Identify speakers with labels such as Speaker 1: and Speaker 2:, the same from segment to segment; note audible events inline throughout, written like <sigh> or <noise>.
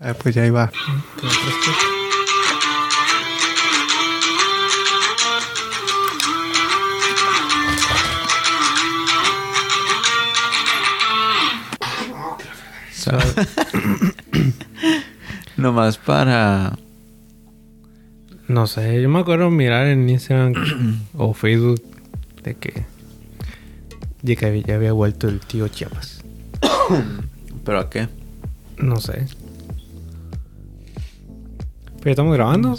Speaker 1: Ah, pues ya iba.
Speaker 2: Nomás para.
Speaker 3: No sé, yo me acuerdo mirar en Instagram o Facebook de que. De que ya había vuelto el tío Chiapas.
Speaker 2: ¿Pero a qué?
Speaker 3: No sé. Pero estamos grabando.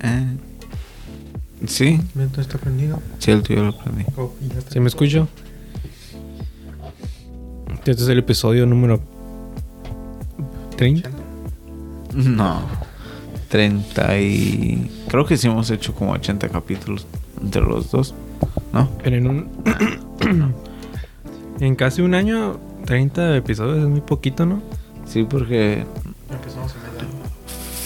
Speaker 2: Eh, Sí,
Speaker 1: Mientras está prendido.
Speaker 2: sí, el tuyo lo prendí.
Speaker 1: Oh, y ya está.
Speaker 3: ¿Sí me escucho? Este es el episodio número. 30.
Speaker 2: No. 30 y. Creo que sí hemos hecho como 80 capítulos entre los dos. ¿No?
Speaker 3: Pero en un. <coughs> en casi un año, 30 episodios es muy poquito, ¿no?
Speaker 2: Sí, porque
Speaker 1: Empezamos en medio.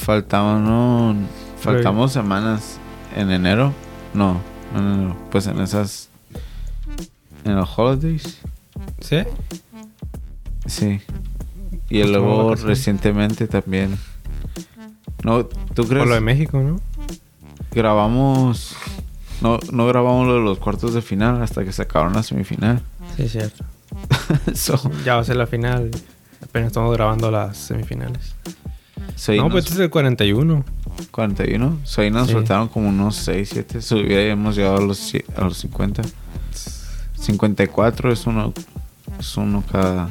Speaker 2: faltaban. Faltamos semanas en enero. No, en enero. Pues en esas. En los holidays.
Speaker 3: ¿Sí?
Speaker 2: Sí. Y
Speaker 3: Pues como
Speaker 2: luego
Speaker 3: vacaciones.
Speaker 2: recientemente también. No, ¿tú
Speaker 3: Por
Speaker 2: crees?
Speaker 3: lo de México, ¿no?
Speaker 2: grabamos. No, no grabamos lo de los cuartos de final hasta que se acabaron la semifinal.
Speaker 3: Sí, cierto.
Speaker 2: <laughs> so,
Speaker 3: Ya va a ser la final. Apenas estamos grabando las semifinales.
Speaker 2: so ahí
Speaker 3: no,
Speaker 2: nos-
Speaker 3: pues este es el 41.
Speaker 2: 41. So ahí nos
Speaker 3: Sí.
Speaker 2: faltaron como unos 6, 7. So hubiéramos llegado a los, cie- a los 50. 54 es uno, es uno cada,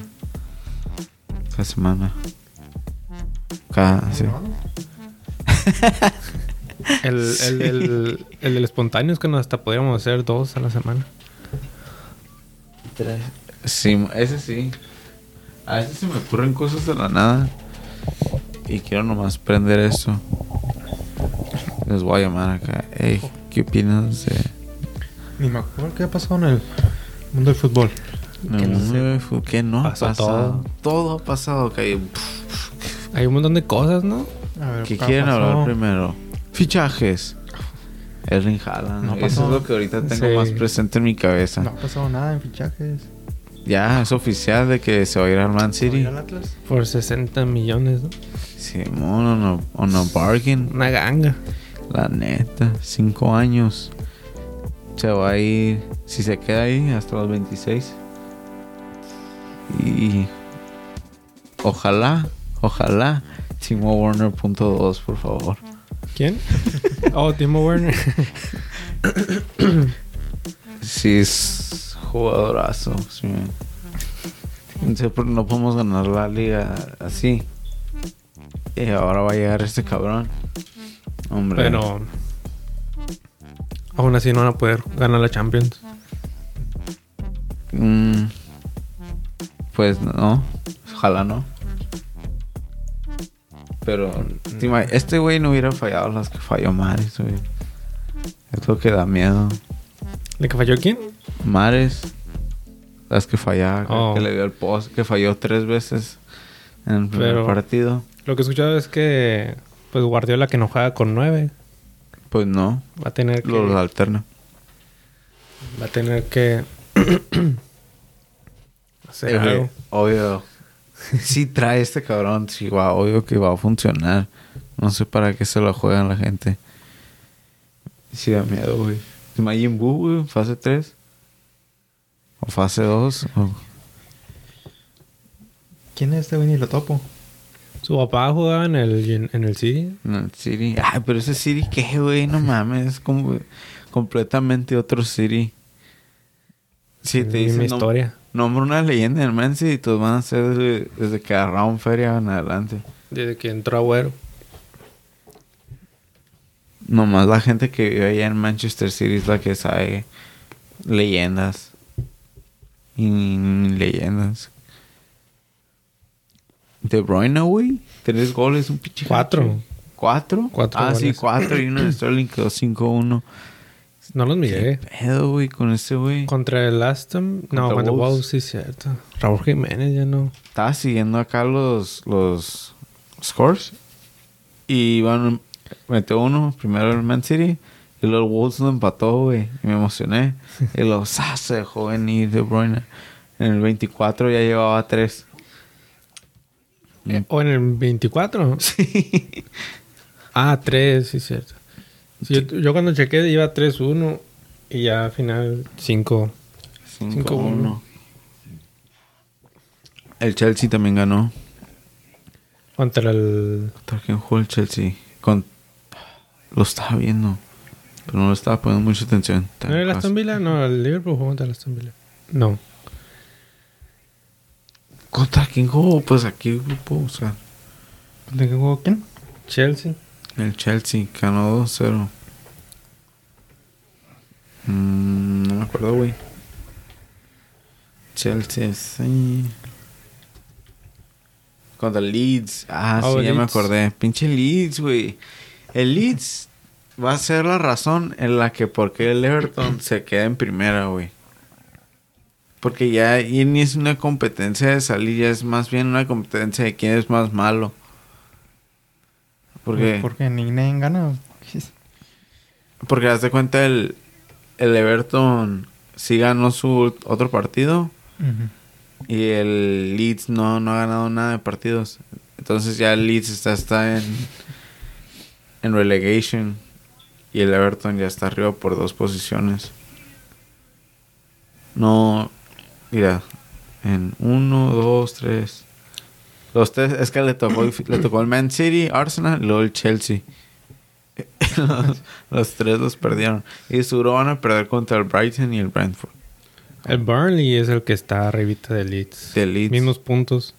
Speaker 2: cada semana. Cada, sí. <laughs>
Speaker 3: El, el,
Speaker 2: Sí.
Speaker 3: del- el del espontáneo es que nos hasta podríamos hacer dos a la semana.
Speaker 2: Sí, ese sí. A veces se me ocurren cosas de la nada. Y quiero nomás prender eso. Les voy a llamar acá. Ey, ¿qué opinas de.?
Speaker 1: Ni me acuerdo qué ha pasado en el mundo del fútbol.
Speaker 2: ¿Qué no, ¿Qué no ha
Speaker 3: Pasó
Speaker 2: pasado?
Speaker 3: todo.
Speaker 2: Todo ha pasado. que
Speaker 3: Hay un montón de cosas, ¿no?
Speaker 1: A ver,
Speaker 2: ¿Qué
Speaker 1: ¿qué ha
Speaker 2: quieren
Speaker 1: pasado?
Speaker 2: hablar primero? Fichajes. Erling Haaland.
Speaker 1: No ha
Speaker 2: eso es
Speaker 1: pasado.
Speaker 2: lo que ahorita tengo
Speaker 3: Sí.
Speaker 2: más presente en mi cabeza.
Speaker 1: No ha pasado nada en fichajes.
Speaker 2: Ya, es oficial de que se va a ir al Man City.
Speaker 1: ¿Oye, al Atlas?
Speaker 3: Por 60 millones, ¿no?
Speaker 2: Simón, on a- on a bargain.
Speaker 3: Una ganga.
Speaker 2: La neta, cinco años. Se va a ir, si se queda ahí, hasta los 26. Y ojalá, ojalá, Timo Warner.2, por favor. <laughs>
Speaker 3: ¿Quién? Oh, Timo Werner.
Speaker 2: Si es jugadorazo. sí. No sé por- no podemos ganar la liga así. Y ahora va a llegar este cabrón. Hombre.
Speaker 3: Pero. Aún así no van a poder ganar la Champions.
Speaker 2: Mm, pues no, ojalá no. Pero te ima- este güey no hubiera fallado las que falló Mares, güey. Es lo que da miedo.
Speaker 3: ¿Le que falló quién?
Speaker 2: Mares, las que fallaba, que-
Speaker 3: Oh.
Speaker 2: que le dio el post, que falló tres veces en el primer
Speaker 3: Pero-
Speaker 2: partido.
Speaker 3: Lo que he escuchado es que. Pues Guardiola que no juega con 9.
Speaker 2: Pues no,
Speaker 3: Va a tener que.
Speaker 2: los alterna.
Speaker 3: Va a tener que. <clears throat> hacer
Speaker 2: Eh, güey,
Speaker 3: algo.
Speaker 2: Obvio. Si trae este cabrón, sí, va, obvio que va a funcionar. No sé para qué se lo juegan la gente. Sí, da miedo, güey. Majin Buu, güey, fase 3. O fase 2. o-
Speaker 1: ¿Quién es este güey? Ni lo topo.
Speaker 3: Su papá jugaba en el, en el City.
Speaker 2: en el City. Ay, pero ese City, ¿qué, güey? No mames. Es como completamente otro City. Sí,
Speaker 3: Es
Speaker 2: te
Speaker 3: la misma
Speaker 2: dicen. nom-
Speaker 3: historia.
Speaker 2: Nombra una leyenda en Man City y todos van a ser desde, desde que agarraron feria en adelante.
Speaker 3: Desde que entró Agüero.
Speaker 2: Nomás la gente que vive allá en Manchester City es la que sabe leyendas. Y ni- ni leyendas. De Bruyne, güey. Tres goles, un pinche.
Speaker 3: Cuatro.
Speaker 2: ¿Cuatro?
Speaker 3: Cuatro
Speaker 2: Ah, sí,
Speaker 3: goles.
Speaker 2: cuatro. Y uno de Sterling quedó 5-1.
Speaker 3: No los miré.
Speaker 2: Pedo, güey, con ese güey.
Speaker 3: Contra el Aston. No,
Speaker 2: Contra
Speaker 3: contra
Speaker 2: Wolves.
Speaker 3: Wolves, sí, cierto. Raúl Jiménez ya no.
Speaker 2: Estaba siguiendo acá los, los scores. Y bueno, metió uno, primero el Man City. Y luego el Wolves lo empató, güey. Y me emocioné. Y los ¡zas! se dejó venir De Bruyne. En el 24 ya llevaba tres.
Speaker 3: Eh, ¿O en el 24?
Speaker 2: Sí.
Speaker 3: Ah, 3, sí, cierto. Sí, yo, yo cuando chequé iba 3-1 y ya al final 5.
Speaker 2: 5-1. El Chelsea también ganó.
Speaker 3: Contra el.
Speaker 2: ¿Contra quién jugó el Chelsea? Con... Lo estaba viendo. Pero no le estaba poniendo mucha atención.
Speaker 3: ¿No era el Aston Villa? No, el Liverpool jugó contra el Aston Villa. No.
Speaker 2: ¿Contra quién jugó? Pues aquí lo puedo buscar.
Speaker 1: ¿De qué jugó quién?
Speaker 3: Chelsea.
Speaker 2: El Chelsea ganó 2-0. Mm, no me acuerdo, güey. Chelsea, sí. Contra el Leeds. Ah,
Speaker 3: Ah,
Speaker 2: sí, ya me
Speaker 3: Leeds.
Speaker 2: acordé. Pinche Leeds, güey. El Leeds va a ser la razón en la que por qué el Everton se queda en primera, güey. Porque ya ahí ni es una competencia de salir, ya es más bien una competencia de quién es más malo. Porque...
Speaker 1: Porque ni nadie gana.
Speaker 2: Porque haz de cuenta el, el Everton sí ganó su ult- otro partido
Speaker 1: Ujú.
Speaker 2: y el Leeds no, no ha ganado nada de partidos. Entonces ya el Leeds está, está en, en relegation y el Everton ya está arriba por dos posiciones. No, mira, en uno, dos, tres. Los tres, es que le tocó, el- le tocó el Man City, Arsenal y luego el Chelsea. <laughs> los, los tres los perdieron. Y seguro van a perder contra el Brighton y el Brentford.
Speaker 3: El Burnley es el que está arribita del Leeds.
Speaker 2: Del Leeds.
Speaker 3: Mismos puntos.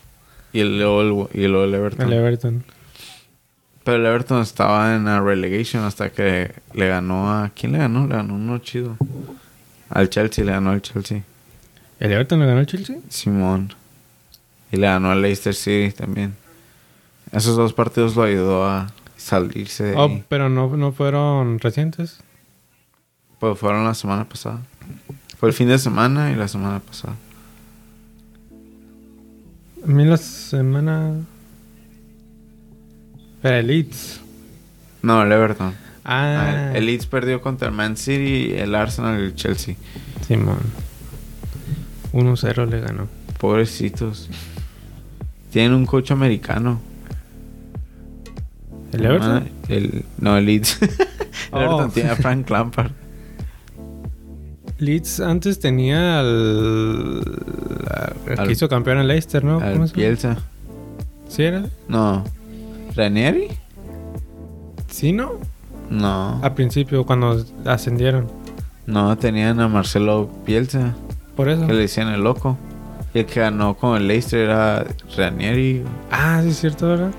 Speaker 2: Y el, luego el- y luego el Everton.
Speaker 3: El Everton.
Speaker 2: Pero el Everton estaba en la relegation hasta que le ganó a... ¿Quién le ganó? Le ganó uno chido. Al Chelsea, le ganó al Chelsea.
Speaker 3: ¿El Everton le ganó al Chelsea?
Speaker 2: Simón. Y le ganó al Leicester City también. Esos dos partidos lo ayudó a salirse de
Speaker 3: Oh,
Speaker 2: ahí.
Speaker 3: pero no, no fueron recientes.
Speaker 2: Pues fueron la semana pasada. Fue el fin de semana y la semana pasada.
Speaker 3: A mí la semana. Pero el Leeds.
Speaker 2: No, el Everton.
Speaker 3: Ah,
Speaker 2: El Leeds perdió contra el Man City, el Arsenal y el Chelsea.
Speaker 3: Simón. 1-0 le ganó.
Speaker 2: Pobrecitos. Tienen un coach americano.
Speaker 3: ¿El Everton?
Speaker 2: Ah, el- no, el Leeds. <laughs> el
Speaker 3: Oh.
Speaker 2: Everton tiene a Frank Lampard.
Speaker 3: Leeds antes tenía al. al- al
Speaker 2: Al-
Speaker 3: que hizo campeón en Leicester, <laughs> ¿no?
Speaker 2: al
Speaker 3: ¿Cómo se llama?
Speaker 2: Bielsa.
Speaker 3: ¿Sí era?
Speaker 2: No. ¿Ranieri?
Speaker 3: ¿Sí, no?
Speaker 2: No.
Speaker 3: Al principio, cuando ascendieron.
Speaker 2: No, tenían a Marcelo Bielsa.
Speaker 3: Por eso.
Speaker 2: Que le decían el loco. Y el que ganó con el Leicester era Ranieri.
Speaker 3: Ah, sí, es cierto, ¿verdad?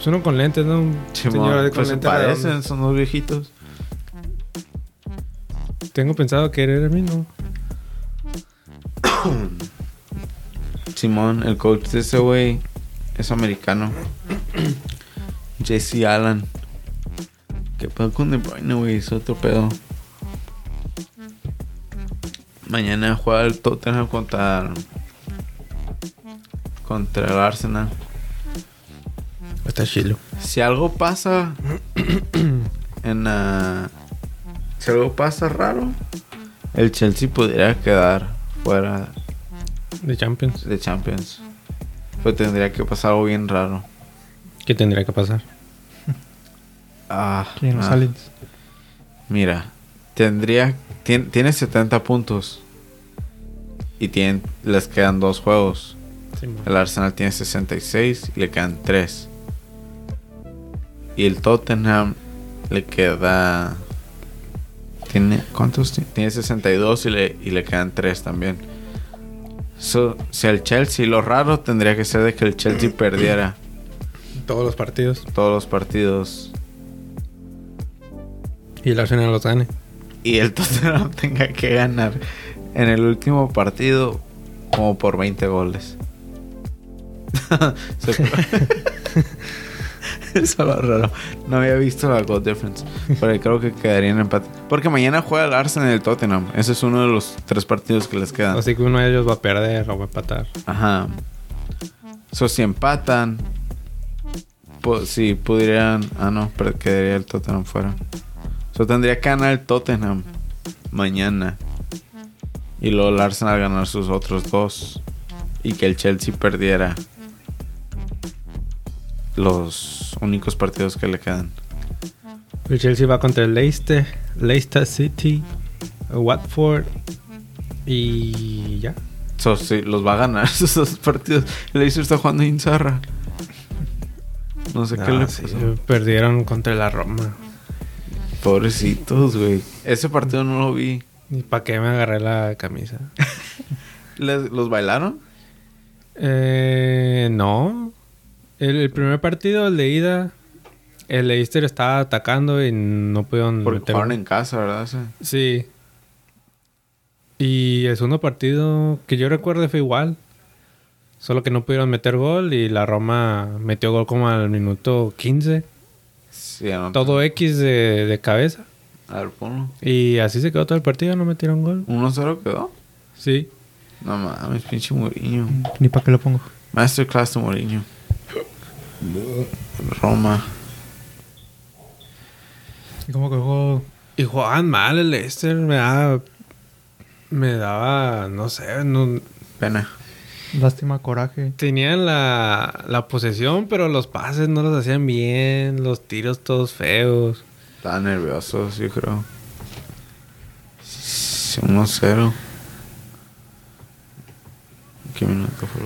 Speaker 3: Es uno con lentes, ¿no? Un señor
Speaker 2: Simón,
Speaker 3: con
Speaker 2: pues se
Speaker 3: lentes redondos.
Speaker 2: parecen, son dos viejitos.
Speaker 3: Tengo pensado que era el mismo.
Speaker 2: Simón, el coach de ese güey es americano. Jesse Allen. ¿Qué pedo con De Bruyne, güey? Es otro pedo. Mañana juega el Tottenham contra. Contra el Arsenal.
Speaker 3: Está chilo.
Speaker 2: Si algo pasa. <coughs> en la- Si algo pasa raro. El Chelsea pudiera quedar fuera
Speaker 3: De Champions.
Speaker 2: de Champions. Pero tendría que pasar algo bien raro.
Speaker 3: ¿Qué tendría que pasar?
Speaker 2: Ah,
Speaker 1: ¿Quién no
Speaker 2: ah,
Speaker 1: sale?
Speaker 2: Mira, tendría. tien- tiene 70 puntos. Y tienen, les quedan dos juegos. El Arsenal tiene 66 y le quedan 3. Y el Tottenham le queda. Tiene, ¿Cuántos tiene? Tiene 62 y le, y le quedan 3 también. So, si el Chelsea, lo raro tendría que ser de que el Chelsea perdiera
Speaker 3: Todos los partidos.
Speaker 2: todos los partidos
Speaker 3: Y el Arsenal los gane.
Speaker 2: y el <laughs> Tottenham tenga que ganar en el último partido como por 20 goles. <laughs> Se- <laughs> Eso es lo raro. No había visto la goal difference, pero creo que quedaría en empate. Porque mañana juega el Arsenal y el Tottenham. Ese es uno de los tres partidos que les quedan.
Speaker 3: Así que uno de ellos va a perder o va a empatar.
Speaker 2: Ajá. So, si empatan, pues si pudieran. Ah, no, pero quedaría el Tottenham fuera. So, tendría que ganar el Tottenham mañana. Y luego el Arsenal ganar sus otros dos. Y que el Chelsea perdiera. los únicos partidos que le quedan.
Speaker 3: El Chelsea va contra el Leicester, Leicester City, Watford y ya.
Speaker 2: So, sí, los va a ganar <laughs> esos dos partidos. El Leicester está jugando en Zarra. No sé qué
Speaker 3: Ah,
Speaker 2: le
Speaker 3: sí,
Speaker 2: pasó.
Speaker 3: perdieron contra la Roma.
Speaker 2: Pobrecitos, güey. Ese partido no lo vi.
Speaker 3: ¿Y para qué me agarré la camisa?
Speaker 2: ¿Les- ¿Los bailaron?
Speaker 3: Eh, no. El, el primer partido, el de ida, el Leicester estaba atacando y no pudieron...
Speaker 2: Porque
Speaker 3: meter-
Speaker 2: jugaron en casa, ¿verdad? Sí.
Speaker 3: Sí. Y el segundo partido que yo recuerdo fue igual. Solo que no pudieron meter gol y la Roma metió gol como al minuto 15.
Speaker 2: Sí, anotó.
Speaker 3: Todo X de, de cabeza.
Speaker 2: A ver, ponlo.
Speaker 3: Y así se quedó todo el partido, no metieron gol.
Speaker 2: 1-0 quedó.
Speaker 3: Sí.
Speaker 2: No mames, pinche Mourinho.
Speaker 1: Ni para qué lo pongo.
Speaker 2: Masterclass de Mourinho. Roma.
Speaker 1: Y como que jugó
Speaker 3: Y jugaban mal el Leicester, me daba... Me daba, no sé, no,
Speaker 2: Pena.
Speaker 1: lástima, coraje.
Speaker 3: tenían la, la posesión, pero los pases no los hacían bien, los tiros todos feos.
Speaker 2: Estaban nerviosos, yo creo. 1-0. ¿Qué minuto fue?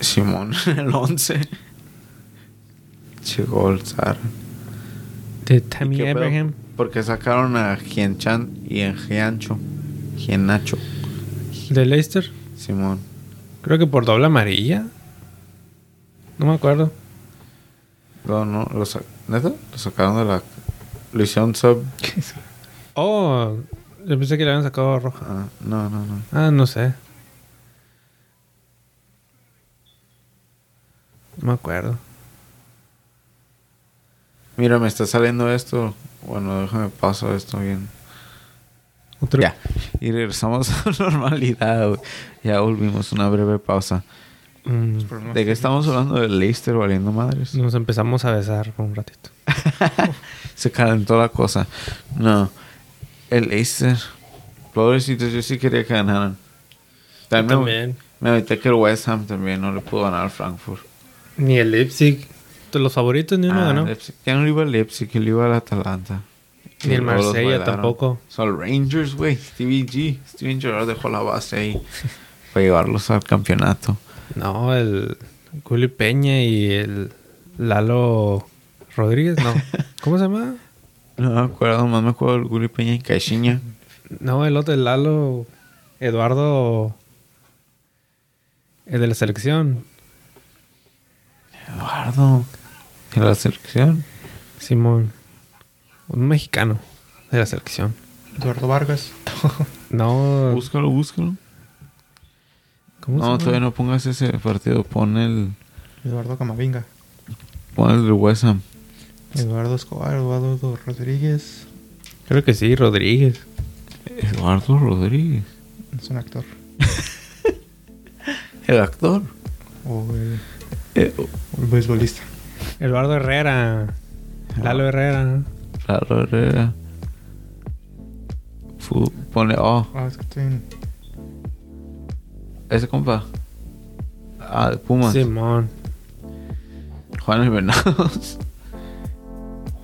Speaker 2: Simón, <laughs> el 11. Llegó el zar.
Speaker 3: De
Speaker 2: ¿Y
Speaker 3: Tammy
Speaker 2: qué pedo?
Speaker 3: Abraham.
Speaker 2: Porque sacaron a Gianchan y a Giancho. Gianacho.
Speaker 3: De Leicester.
Speaker 2: Simón.
Speaker 3: Creo que por doble amarilla. No me acuerdo.
Speaker 2: No, no, lo sa- ¿Neta? Lo sacaron de la... Lo hicieron sub.
Speaker 3: Oh, yo pensé que le habían sacado roja.
Speaker 2: Ah, no, no, no.
Speaker 3: Ah, no sé. No me acuerdo.
Speaker 2: Mira, me está saliendo esto. Bueno, déjame paso esto bien.
Speaker 3: Otro.
Speaker 2: Ya. Y regresamos <laughs> a la normalidad, güey. Ya volvimos una breve pausa.
Speaker 3: Mm,
Speaker 2: ¿De qué estamos hablando? ¿Del Leicester valiendo madres?
Speaker 3: nos empezamos a besar por un ratito.
Speaker 2: <laughs> Se calentó la cosa. No. El Leicester. Pobrecitos, yo sí quería que ganaran. También, me- Me aventé que el West Ham también no le pudo ganar al Frankfurt.
Speaker 3: Ni el Leipzig. De los favoritos ni uno
Speaker 2: Ah,
Speaker 3: ganó.
Speaker 2: Leipzig. Ya no le iba al Leipzig, que le iba al Atalanta.
Speaker 3: Ni el
Speaker 2: Y luego los
Speaker 3: Marsella
Speaker 2: bailaron.
Speaker 3: tampoco.
Speaker 2: Son los Rangers, güey. Stevie G. Steven Gerrard dejó la base ahí para llevarlos al campeonato.
Speaker 3: No, el Juli Peña y el Lalo Rodríguez, no. <laughs> ¿Cómo se llama?
Speaker 2: No me acuerdo, más me acuerdo del Gulli Peña y Caixinha.
Speaker 3: No, el otro, el Lalo Eduardo, el de la selección,
Speaker 2: Eduardo. En la selección.
Speaker 3: Simón. Un mexicano de la selección.
Speaker 1: Eduardo Vargas. <laughs>
Speaker 3: No,
Speaker 2: Búscalo, búscalo.
Speaker 3: ¿cómo
Speaker 2: No,
Speaker 3: se llama?
Speaker 2: todavía no pongas ese partido. Pon el,
Speaker 1: Eduardo Camavinga.
Speaker 2: pon el de West Ham.
Speaker 1: Eduardo Escobar. Eduardo Rodríguez.
Speaker 3: Creo que sí, Rodríguez.
Speaker 2: Eduardo Rodríguez.
Speaker 1: Es un actor.
Speaker 2: El actor.
Speaker 1: O el,
Speaker 2: Eh,
Speaker 1: o el beisbolista.
Speaker 3: Eduardo Herrera. Lalo Herrera.
Speaker 2: Claro, Herrera. Fu- Ponle, oh,
Speaker 1: Ah, es que estoy en-
Speaker 2: ese compa. Ah, de Pumas.
Speaker 3: Simón.
Speaker 2: Juan Alvenados.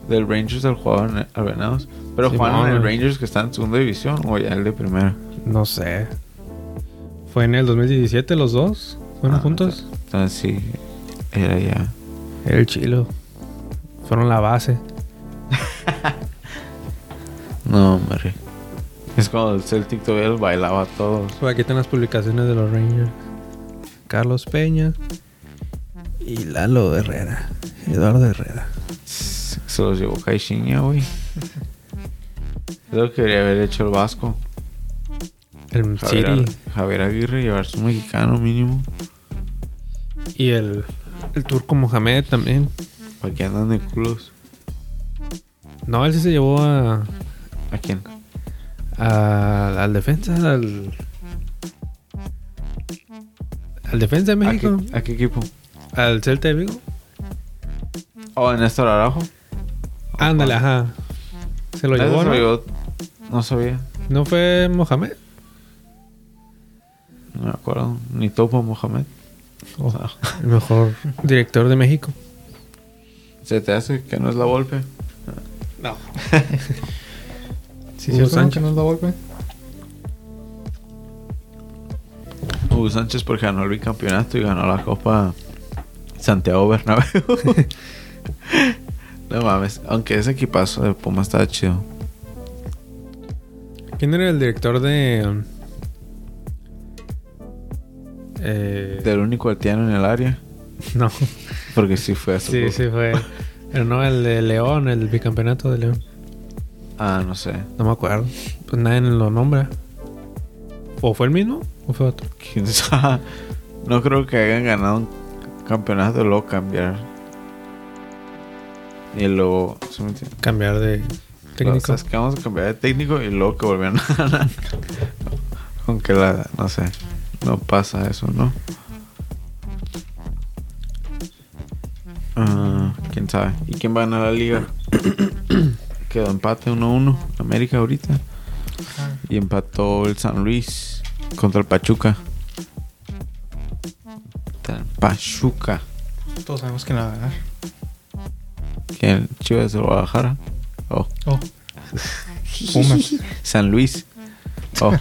Speaker 2: Del Rangers al jugador Alvenados. Pero
Speaker 3: Sí,
Speaker 2: Juan en el
Speaker 3: mames.
Speaker 2: Rangers que está en segunda división o ya el de primera.
Speaker 3: No sé. ¿Fue en el 2017 los dos? ¿Fueron
Speaker 2: Ah,
Speaker 3: juntos?
Speaker 2: Entonces sí, era ya.
Speaker 3: El chilo. Fueron la base.
Speaker 2: No, hombre. Es cuando el Celtic todavía los bailaba a todos.
Speaker 3: Pues aquí están las publicaciones de los Rangers. Carlos Peña. Y Lalo Herrera. Eduardo Herrera.
Speaker 2: Se los llevó Caixinha, güey. Es lo que debería haber hecho el Vasco.
Speaker 3: El
Speaker 2: Javier,
Speaker 3: City.
Speaker 2: Javier Aguirre llevarse un mexicano mínimo.
Speaker 3: Y el, el turco Mohamed también.
Speaker 2: ¿Para qué andan de culos?
Speaker 3: No, él sí se llevó a,
Speaker 2: ¿A quién?
Speaker 3: a- al defensa. Al, al defensa de
Speaker 2: ¿A qué,
Speaker 3: México.
Speaker 2: a qué equipo?
Speaker 3: Al Celta de Vigo.
Speaker 2: Oh, en Néstor Araujo.
Speaker 3: Ándale, ajá. Se lo
Speaker 2: Néstor
Speaker 3: llevó,
Speaker 2: se
Speaker 3: ¿no?
Speaker 2: llevó- No sabía.
Speaker 3: ¿No fue Mohamed?
Speaker 2: No me acuerdo. Ni Topo Mohamed.
Speaker 3: O el mejor director de México.
Speaker 2: ¿Se te hace que no es la golpe?
Speaker 3: No.
Speaker 1: Sí,
Speaker 3: Hugo
Speaker 1: ¿cierto, no?
Speaker 3: Sánchez.
Speaker 1: que no es la golpe.
Speaker 2: Hugo Sánchez porque ganó el bicampeonato y ganó la Copa Santiago Bernabéu. <laughs> no mames, aunque ese equipazo de Puma estaba chido.
Speaker 3: ¿Quién era el director de. um, Eh,
Speaker 2: Del único haitiano en el área,
Speaker 3: <laughs> No,
Speaker 2: porque sí fue a su
Speaker 3: sí, sí fue. Pero no, el de León, el bicampeonato de León.
Speaker 2: Ah, no sé.
Speaker 3: No me acuerdo. Pues nadie lo nombra. ¿O fue el mismo o fue otro?
Speaker 2: ¿Quién <laughs> sabe? No creo que hayan ganado un campeonato y luego cambiar. Y luego, ¿sí me entiendes?
Speaker 3: Cambiar de
Speaker 2: Luego,
Speaker 3: técnico.
Speaker 2: ¿sabes qué? vamos a cambiar de técnico y luego que volvieron a ganar. Aunque la, no sé, no pasa eso, ¿no? Ah, ¿Quién sabe? ¿Y quién va a ganar la liga? Quedó empate 1-1 América ahorita. Y empató el San Luis contra el Pachuca. Contra el Pachuca.
Speaker 1: Todos sabemos quién la va a ganar.
Speaker 2: ¿Quién? Chivas de Guadalajara. Oh. <laughs>
Speaker 1: Oh. Pumas.
Speaker 2: San Luis. Oh.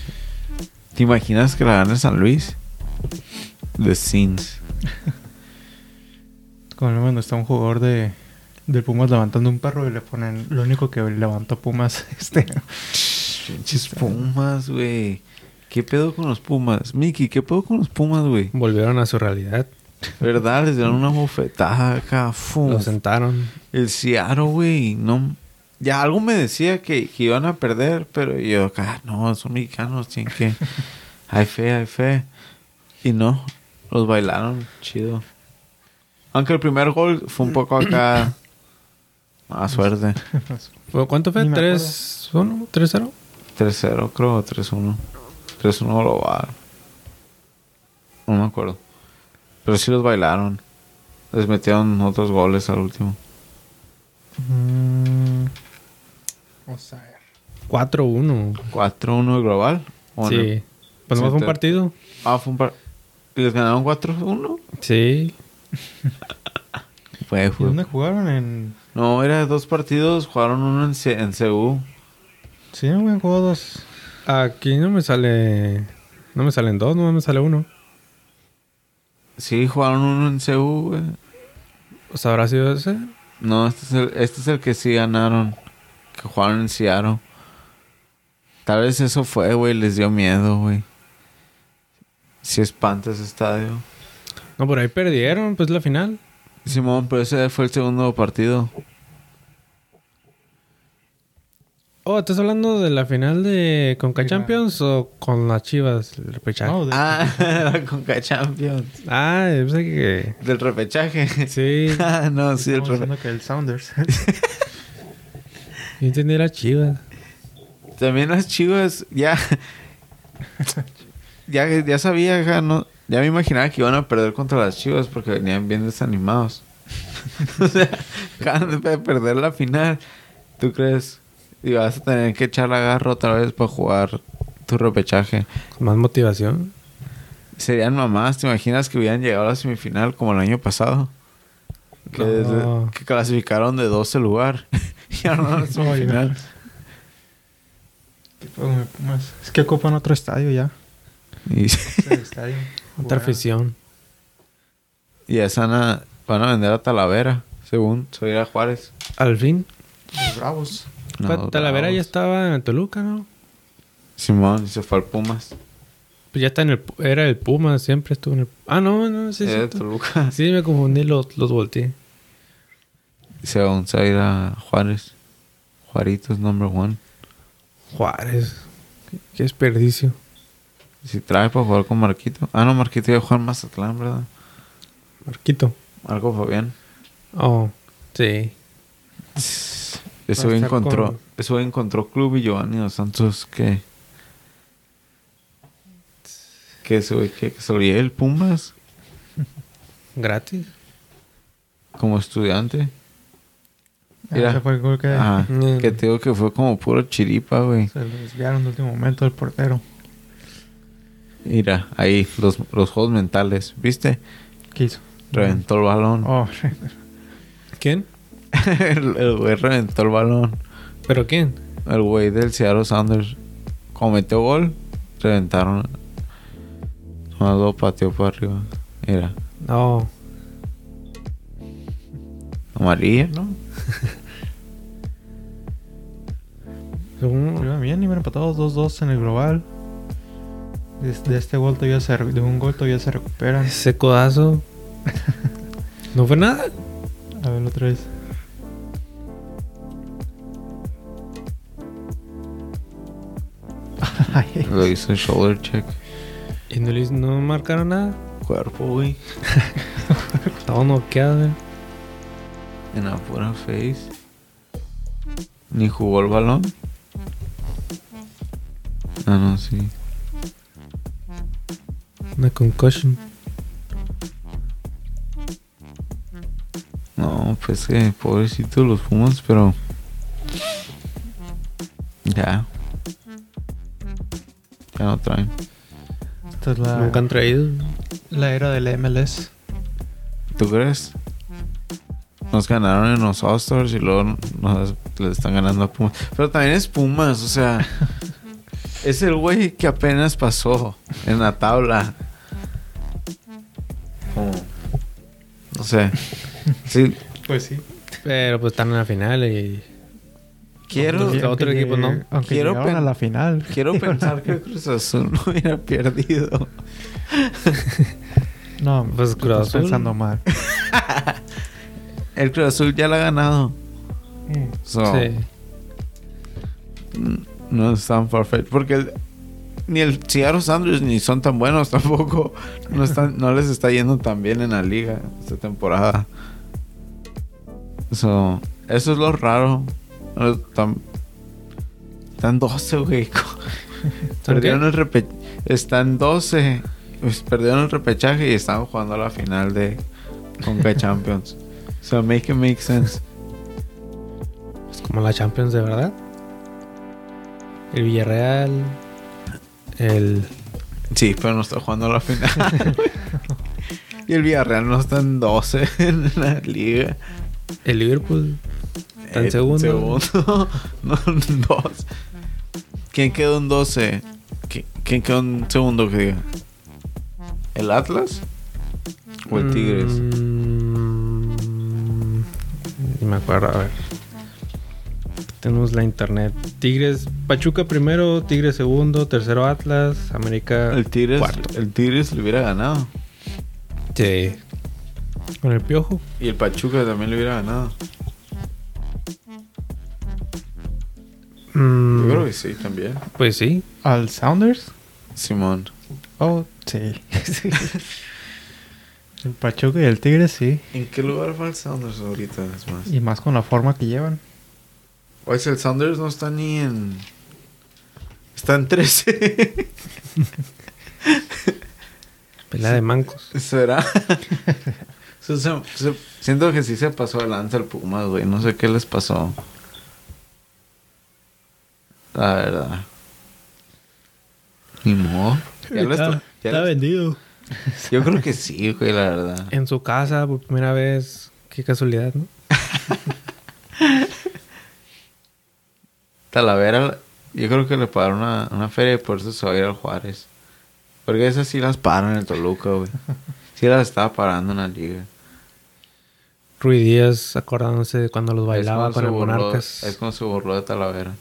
Speaker 2: <laughs> ¿Te imaginas que la gana San Luis? The Sins.
Speaker 1: Como cuando está un jugador de del Pumas levantando un perro y le ponen lo único que levantó Pumas <laughs> este
Speaker 2: Pinches Pumas, güey. ¿Qué pedo con los Pumas? Mickey, ¿qué pedo con los Pumas, güey?
Speaker 3: Volvieron a su realidad.
Speaker 2: ¿Verdad? Les dieron una bofetada acá. fum.
Speaker 3: Lo sentaron.
Speaker 2: El Seattle, güey. No. Ya algo me decía que, que iban a perder, pero yo acá, no, son mexicanos, tienen que. Hay fe, hay fe. Y no, los bailaron, chido. Aunque el primer gol fue un poco acá. A suerte.
Speaker 3: ¿Fue- ¿Cuánto fue?
Speaker 1: Ni me acuerdo.
Speaker 3: ¿3-1? ¿3-0?
Speaker 2: 3-0, creo, 3-1. 3-1 global. No me acuerdo. Pero sí los bailaron. Les metieron otros goles al último.
Speaker 1: Mm, Vamos a ver.
Speaker 3: 4-1.
Speaker 2: 4-1 global. ¿o no?
Speaker 3: Sí. Pues nomás fue
Speaker 2: Sí,
Speaker 3: un
Speaker 2: te-
Speaker 3: partido.
Speaker 2: Ah, fue un par... ¿Y les ganaron 4-1?
Speaker 3: Sí.
Speaker 2: Fue,
Speaker 1: ¿Y dónde jugaron? En...
Speaker 2: No, era dos partidos, jugaron uno en, C- en CU.
Speaker 1: Sí, güey, jugó dos.
Speaker 3: Aquí no me sale. No me salen dos, no me sale uno.
Speaker 2: Sí, jugaron uno en CU, güey.
Speaker 3: O sea, habrá sido ese.
Speaker 2: No, este es, el, este es el que sí ganaron. Que jugaron en Seattle. Tal vez eso fue, güey, les dio miedo, güey. Si espanta ese estadio.
Speaker 3: No, por ahí perdieron, pues la final.
Speaker 2: Simón, pero ese fue el segundo partido.
Speaker 3: Oh, ¿estás hablando de la final de Conca
Speaker 1: Sí,
Speaker 3: Champions o con las Chivas? El repechaje.
Speaker 1: No, pues. de-
Speaker 2: Ah, <laughs> la Conca Champions.
Speaker 3: Ah, yo pensé que.
Speaker 2: Del repechaje.
Speaker 3: Sí.
Speaker 2: Ah, <laughs> no, sí, el
Speaker 1: estamos
Speaker 2: repechaje.
Speaker 1: diciendo que el <laughs> Sounders.
Speaker 3: <laughs> Yo entendí las Chivas.
Speaker 2: También las chivas, ya. ya, ya sabía, ya, no, ya me imaginaba que iban a perder contra las chivas porque venían bien desanimados. <laughs> o sea, acaban de perder la final. ¿Tú crees? Y vas a tener que echar la garra otra vez para jugar tu repechaje.
Speaker 3: Con más motivación.
Speaker 2: Serían mamás, ¿te imaginas que hubieran llegado a la semifinal como el año pasado? Que,
Speaker 3: No.
Speaker 2: que clasificaron de 12 lugar. <laughs> y ahora no, a la semifinal.
Speaker 1: ¿Qué pedo con el Pumas? Es que ocupan otro estadio ya.
Speaker 2: Y-
Speaker 1: El
Speaker 2: <laughs>
Speaker 1: estadio.
Speaker 3: Otra
Speaker 1: Bueno.
Speaker 3: afición.
Speaker 2: Y a esa na- van a vender a Talavera, según soy a Juárez.
Speaker 3: Al fin.
Speaker 1: Los bravos.
Speaker 2: No,
Speaker 3: Pa- Talavera
Speaker 2: Bravos.
Speaker 3: ya estaba en Toluca, ¿no?
Speaker 2: Simón, y se fue al Pumas.
Speaker 3: Pues ya está en el. Pu- Era el Puma, siempre estuvo en el. Ah, no, no, sí,
Speaker 2: Era de
Speaker 3: sí.
Speaker 2: Eh, Toluca.
Speaker 3: Sí, me confundí, los, los volteé.
Speaker 2: <laughs> Según se va a ir a Juárez. Juaritos number one.
Speaker 3: Juárez. Qué, qué desperdicio.
Speaker 2: Si trae para jugar con Marquito. Ah, no, Marquito iba a jugar en Mazatlán, ¿verdad?
Speaker 3: Marquito.
Speaker 2: Marco Fabián.
Speaker 3: Oh, sí. Va
Speaker 2: Ese
Speaker 3: a
Speaker 2: güey
Speaker 3: estar
Speaker 2: encontró,
Speaker 3: Ah, con-
Speaker 2: ese güey encontró club y Giovanni Dos Santos que... Que ese güey que, que se lo lleve el Pumas
Speaker 3: Gratis.
Speaker 2: como estudiante.
Speaker 1: Ah,
Speaker 2: Mira.
Speaker 1: ese fue el gol que
Speaker 2: Ajá.
Speaker 3: Mm.
Speaker 2: Que te digo que fue como puro chiripa, güey.
Speaker 1: se lo desviaron de último momento el portero.
Speaker 2: Mira, ahí, los, los juegos mentales. ¿Viste?
Speaker 1: ¿Qué hizo?
Speaker 2: Reventó el balón.
Speaker 1: <laughs> Oh,
Speaker 3: ¿Quién?
Speaker 2: el <laughs> el güey reventó el balón.
Speaker 3: ¿Pero quién?
Speaker 2: El güey del Seattle Sounders cometió gol. Reventaron. Nomás lo pateó para arriba. Mira,
Speaker 3: No.
Speaker 2: amarilla, ¿no?
Speaker 3: Según-
Speaker 1: iba bien, iban empatados 2-2 en el global. De, de este gol todavía se, re- de un gol todavía se recuperan.
Speaker 3: Ese codazo. No fue nada.
Speaker 1: A ver otra vez. Ay,
Speaker 2: Lo hizo shoulder check.
Speaker 3: Y no, le- no marcaron nada.
Speaker 2: Cuerpo, güey.
Speaker 3: Estaba noqueado, eh. güey.
Speaker 2: En la pura face. Ni jugó el balón. Ah, no, sí.
Speaker 3: Una concussion.
Speaker 2: No, pues que pobrecito los Pumas, pero. Ya. Ya no traen.
Speaker 1: esta es la,
Speaker 3: Nunca han traído.
Speaker 1: la era del MLS.
Speaker 2: ¿Tú crees? Nos ganaron en los All-Stars y luego nos, le están ganando a Pumas. Pero también es Pumas, o sea. es el güey que apenas pasó en la tabla. Como- No sé. Sí,
Speaker 1: Pues sí.
Speaker 3: Pero pues están en la final y.
Speaker 2: <laughs> quiero.
Speaker 3: Entonces, otro equipo, ¿no?
Speaker 1: Aunque
Speaker 2: Quiero
Speaker 1: llegaron
Speaker 2: pen-
Speaker 1: a la final.
Speaker 2: Quiero pensar <laughs> que Cruz Azul no hubiera perdido.
Speaker 1: No,
Speaker 3: Pues,
Speaker 1: pues
Speaker 3: Cruz
Speaker 1: estás
Speaker 3: Azul.
Speaker 1: pensando mal.
Speaker 2: El Cruz Azul ya la ha ganado. So,
Speaker 3: Sí.
Speaker 2: n- No es tan perfecto. Porque el- ni el Seattle Sanders ni son tan buenos <laughs> tampoco. No, están, no les está yendo tan bien en la liga esta temporada. So, eso es lo raro. No, Tan, tan 12, güey. <laughs> Perdieron el repe- Están 12. pues, perdieron el repechaje y están jugando a la final de Conca Champions. So make it make sense.
Speaker 3: Es como la Champions de verdad. El Villarreal. El.
Speaker 2: Sí, pero no está jugando a la final. <laughs> y el Villarreal no está en 12 <laughs> en la liga.
Speaker 3: El Liverpool. Está en
Speaker 2: Eh,
Speaker 3: segundo.
Speaker 2: segundo. <laughs> no, en dos. ¿Quién quedó en 12? ¿Qui- ¿Quién quedó en segundo que diga? ¿El Atlas? ¿O el Tigres?
Speaker 3: Mm, Ni me acuerdo, a ver. Tenemos la internet. Tigres, Pachuca primero, Tigres segundo, tercero Atlas, América.
Speaker 2: El Tigres,
Speaker 3: cuarto.
Speaker 2: el Tigres le hubiera ganado.
Speaker 3: Sí. Con el piojo.
Speaker 2: Y el Pachuca también le hubiera ganado.
Speaker 3: Mm,
Speaker 2: Yo creo que sí también.
Speaker 3: Pues sí.
Speaker 1: ¿Al Sounders?
Speaker 2: Simón.
Speaker 1: Oh,
Speaker 2: <laughs>
Speaker 1: sí. el Pachuca y el Tigre, sí.
Speaker 2: ¿En qué lugar va el Sounders ahorita? Es más.
Speaker 1: Y más con la forma que llevan.
Speaker 2: O es el Sounders no está ni en. Está en 13.
Speaker 3: Pelea de mancos.
Speaker 2: ¿Será? <laughs> Se- se- se- siento que sí se pasó de lanza el Pumas, güey. No sé qué les pasó. La verdad. Ni modo. Ya lo estu- ya lo-
Speaker 3: vendido.
Speaker 2: Yo creo que sí, güey, la verdad.
Speaker 3: Ah. En su casa por primera vez. Qué casualidad, ¿no?
Speaker 2: Talavera, yo creo que le pagaron una, una feria y por eso se va a ir al Juárez. Porque esas sí las paran en el Toluca, güey. Sí las estaba parando en la liga.
Speaker 3: Rui Díaz acordándose de cuando los bailaba
Speaker 2: Es cuando
Speaker 3: con
Speaker 2: se
Speaker 3: el
Speaker 2: burló-
Speaker 3: Monarcas.
Speaker 2: Es cuando se burló de Talavera.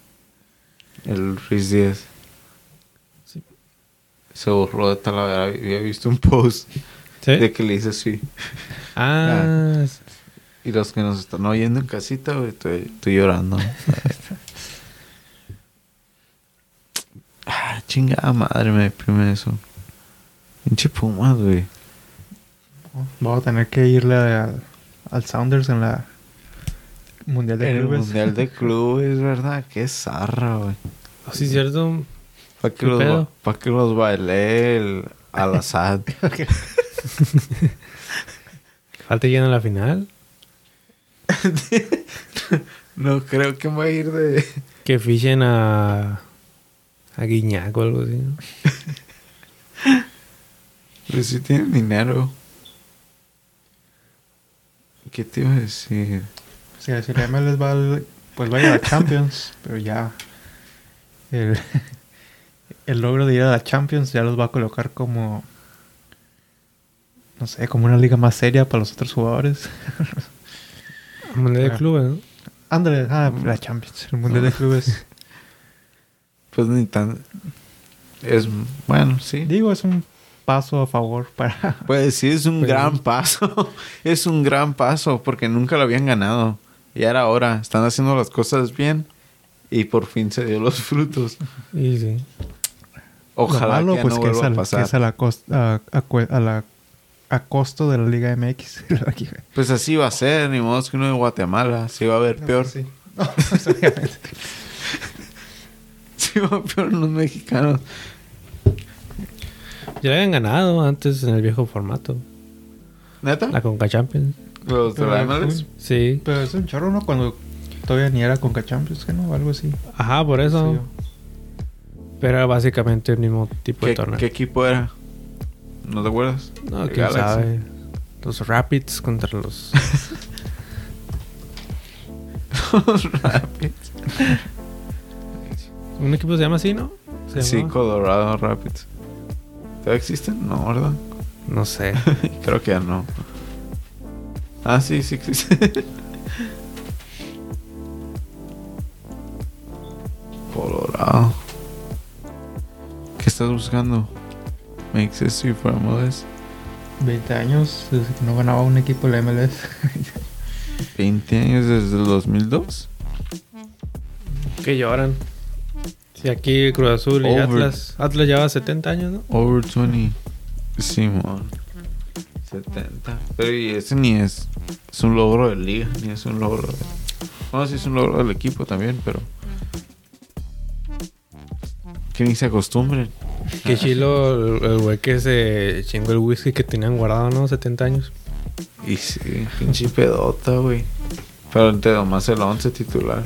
Speaker 2: <laughs> el Ruiz Díaz.
Speaker 3: Sí.
Speaker 2: Se burló de Talavera. Había visto un post
Speaker 3: ¿Sí?
Speaker 2: de que le hice así.
Speaker 3: Ah, s-
Speaker 2: Y los que nos están oyendo en casita, güey, estoy, estoy llorando. <laughs> ah, chingada madre, me deprime eso. Pinche Pumas, güey.
Speaker 1: Vamos a tener que irle al, al Sounders en la Mundial
Speaker 2: En
Speaker 1: de
Speaker 2: el
Speaker 1: Clubes.
Speaker 2: Mundial de Clubes, ¿verdad? Qué zarra, güey. Ah.
Speaker 3: oh, sí, cierto.
Speaker 2: ¿Para que,
Speaker 3: ¿Qué
Speaker 2: los
Speaker 3: pedo?
Speaker 2: ba- pa' que los bailé el al <laughs> azar?
Speaker 3: Falta lleno en la final.
Speaker 2: no creo que me va a ir de...
Speaker 3: Que fichen a. a Guiñac o algo así. ¿no?
Speaker 2: Pero si pues tienen dinero. ¿Qué te iba a decir?
Speaker 1: Si el les va al- pues vaya a la Champions, pero ya el, el logro de ir a la Champions ya los va a colocar como no sé, como una liga más seria para los otros jugadores.
Speaker 3: A manera de
Speaker 1: Ah.
Speaker 3: clubes, ¿no?
Speaker 1: Ándale, ah, la Champions, el Mundial de Clubes.
Speaker 2: Pues ni tan. Es. Bueno, sí.
Speaker 1: Digo, es un paso a favor para
Speaker 2: Pues sí, es un
Speaker 3: Pero-
Speaker 2: gran paso. <laughs> es un gran paso porque nunca lo habían ganado. Y ahora, ahora, están haciendo las cosas bien y por fin se dio los frutos.
Speaker 3: Y sí.
Speaker 2: Ojalá
Speaker 1: Lo malo,
Speaker 2: que
Speaker 1: pues,
Speaker 2: no
Speaker 1: que es
Speaker 2: vuelva
Speaker 1: al-
Speaker 2: a
Speaker 1: que
Speaker 2: pasar.
Speaker 1: es a la cos- a- a cue- a la- a costo de la Liga MX.
Speaker 2: Pues así va a ser, ni modo que uno de Guatemala. Sí va a ver peor.
Speaker 1: Sí. No, pues, obviamente.
Speaker 2: Sí <laughs> va peor los mexicanos.
Speaker 3: Ya habían ganado antes en el viejo formato.
Speaker 2: ¿Neta?
Speaker 3: La Conca Champions.
Speaker 2: Los
Speaker 1: Pero la
Speaker 2: tribunales.
Speaker 1: Conca-
Speaker 3: Sí.
Speaker 1: Pero es un chorro, ¿no? Cuando todavía ni era Conca Champions, que no, algo así.
Speaker 3: Ajá, por
Speaker 2: Pues
Speaker 3: eso.
Speaker 1: Sí.
Speaker 3: Pero era básicamente el mismo tipo de
Speaker 2: ¿Qué,
Speaker 3: torneo.
Speaker 2: qué equipo era? ¿No te acuerdas? <laughs>
Speaker 3: No,
Speaker 2: El
Speaker 3: quién
Speaker 2: Galaxy.
Speaker 3: sabe. Los Rapids contra los. <laughs>
Speaker 2: Los Rapids.
Speaker 3: ¿Un equipo se llama así, no? ¿Se
Speaker 2: Sí,
Speaker 3: llamaba?
Speaker 2: Colorado Rapids. ¿Todavía existen? No, ¿verdad?
Speaker 3: No
Speaker 2: <laughs>
Speaker 3: sé.
Speaker 2: Creo que ya no. Ah, sí, sí existe. <laughs> Colorado. ¿Qué estás buscando? Makes it free for modest.
Speaker 1: 20 años desde que no ganaba un equipo la MLS.
Speaker 2: <laughs> 20 años desde el 2002.
Speaker 3: Que lloran. Si aquí Cruz Azul y
Speaker 2: Over.
Speaker 3: Atlas. Atlas lleva 70 años, ¿no?
Speaker 2: Over 20. Simón. 70. Pero y ese ni es. Es un logro de liga, ni es un logro de. Bueno, sí es un logro del equipo también, pero. Que ni se acostumbren. Ah.
Speaker 3: Que chilo el el güey que se chingó el whisky que tenían guardado, ¿no? 70 años.
Speaker 2: Y sí, pinche pedota, güey. Pero te nomás el 11 titular.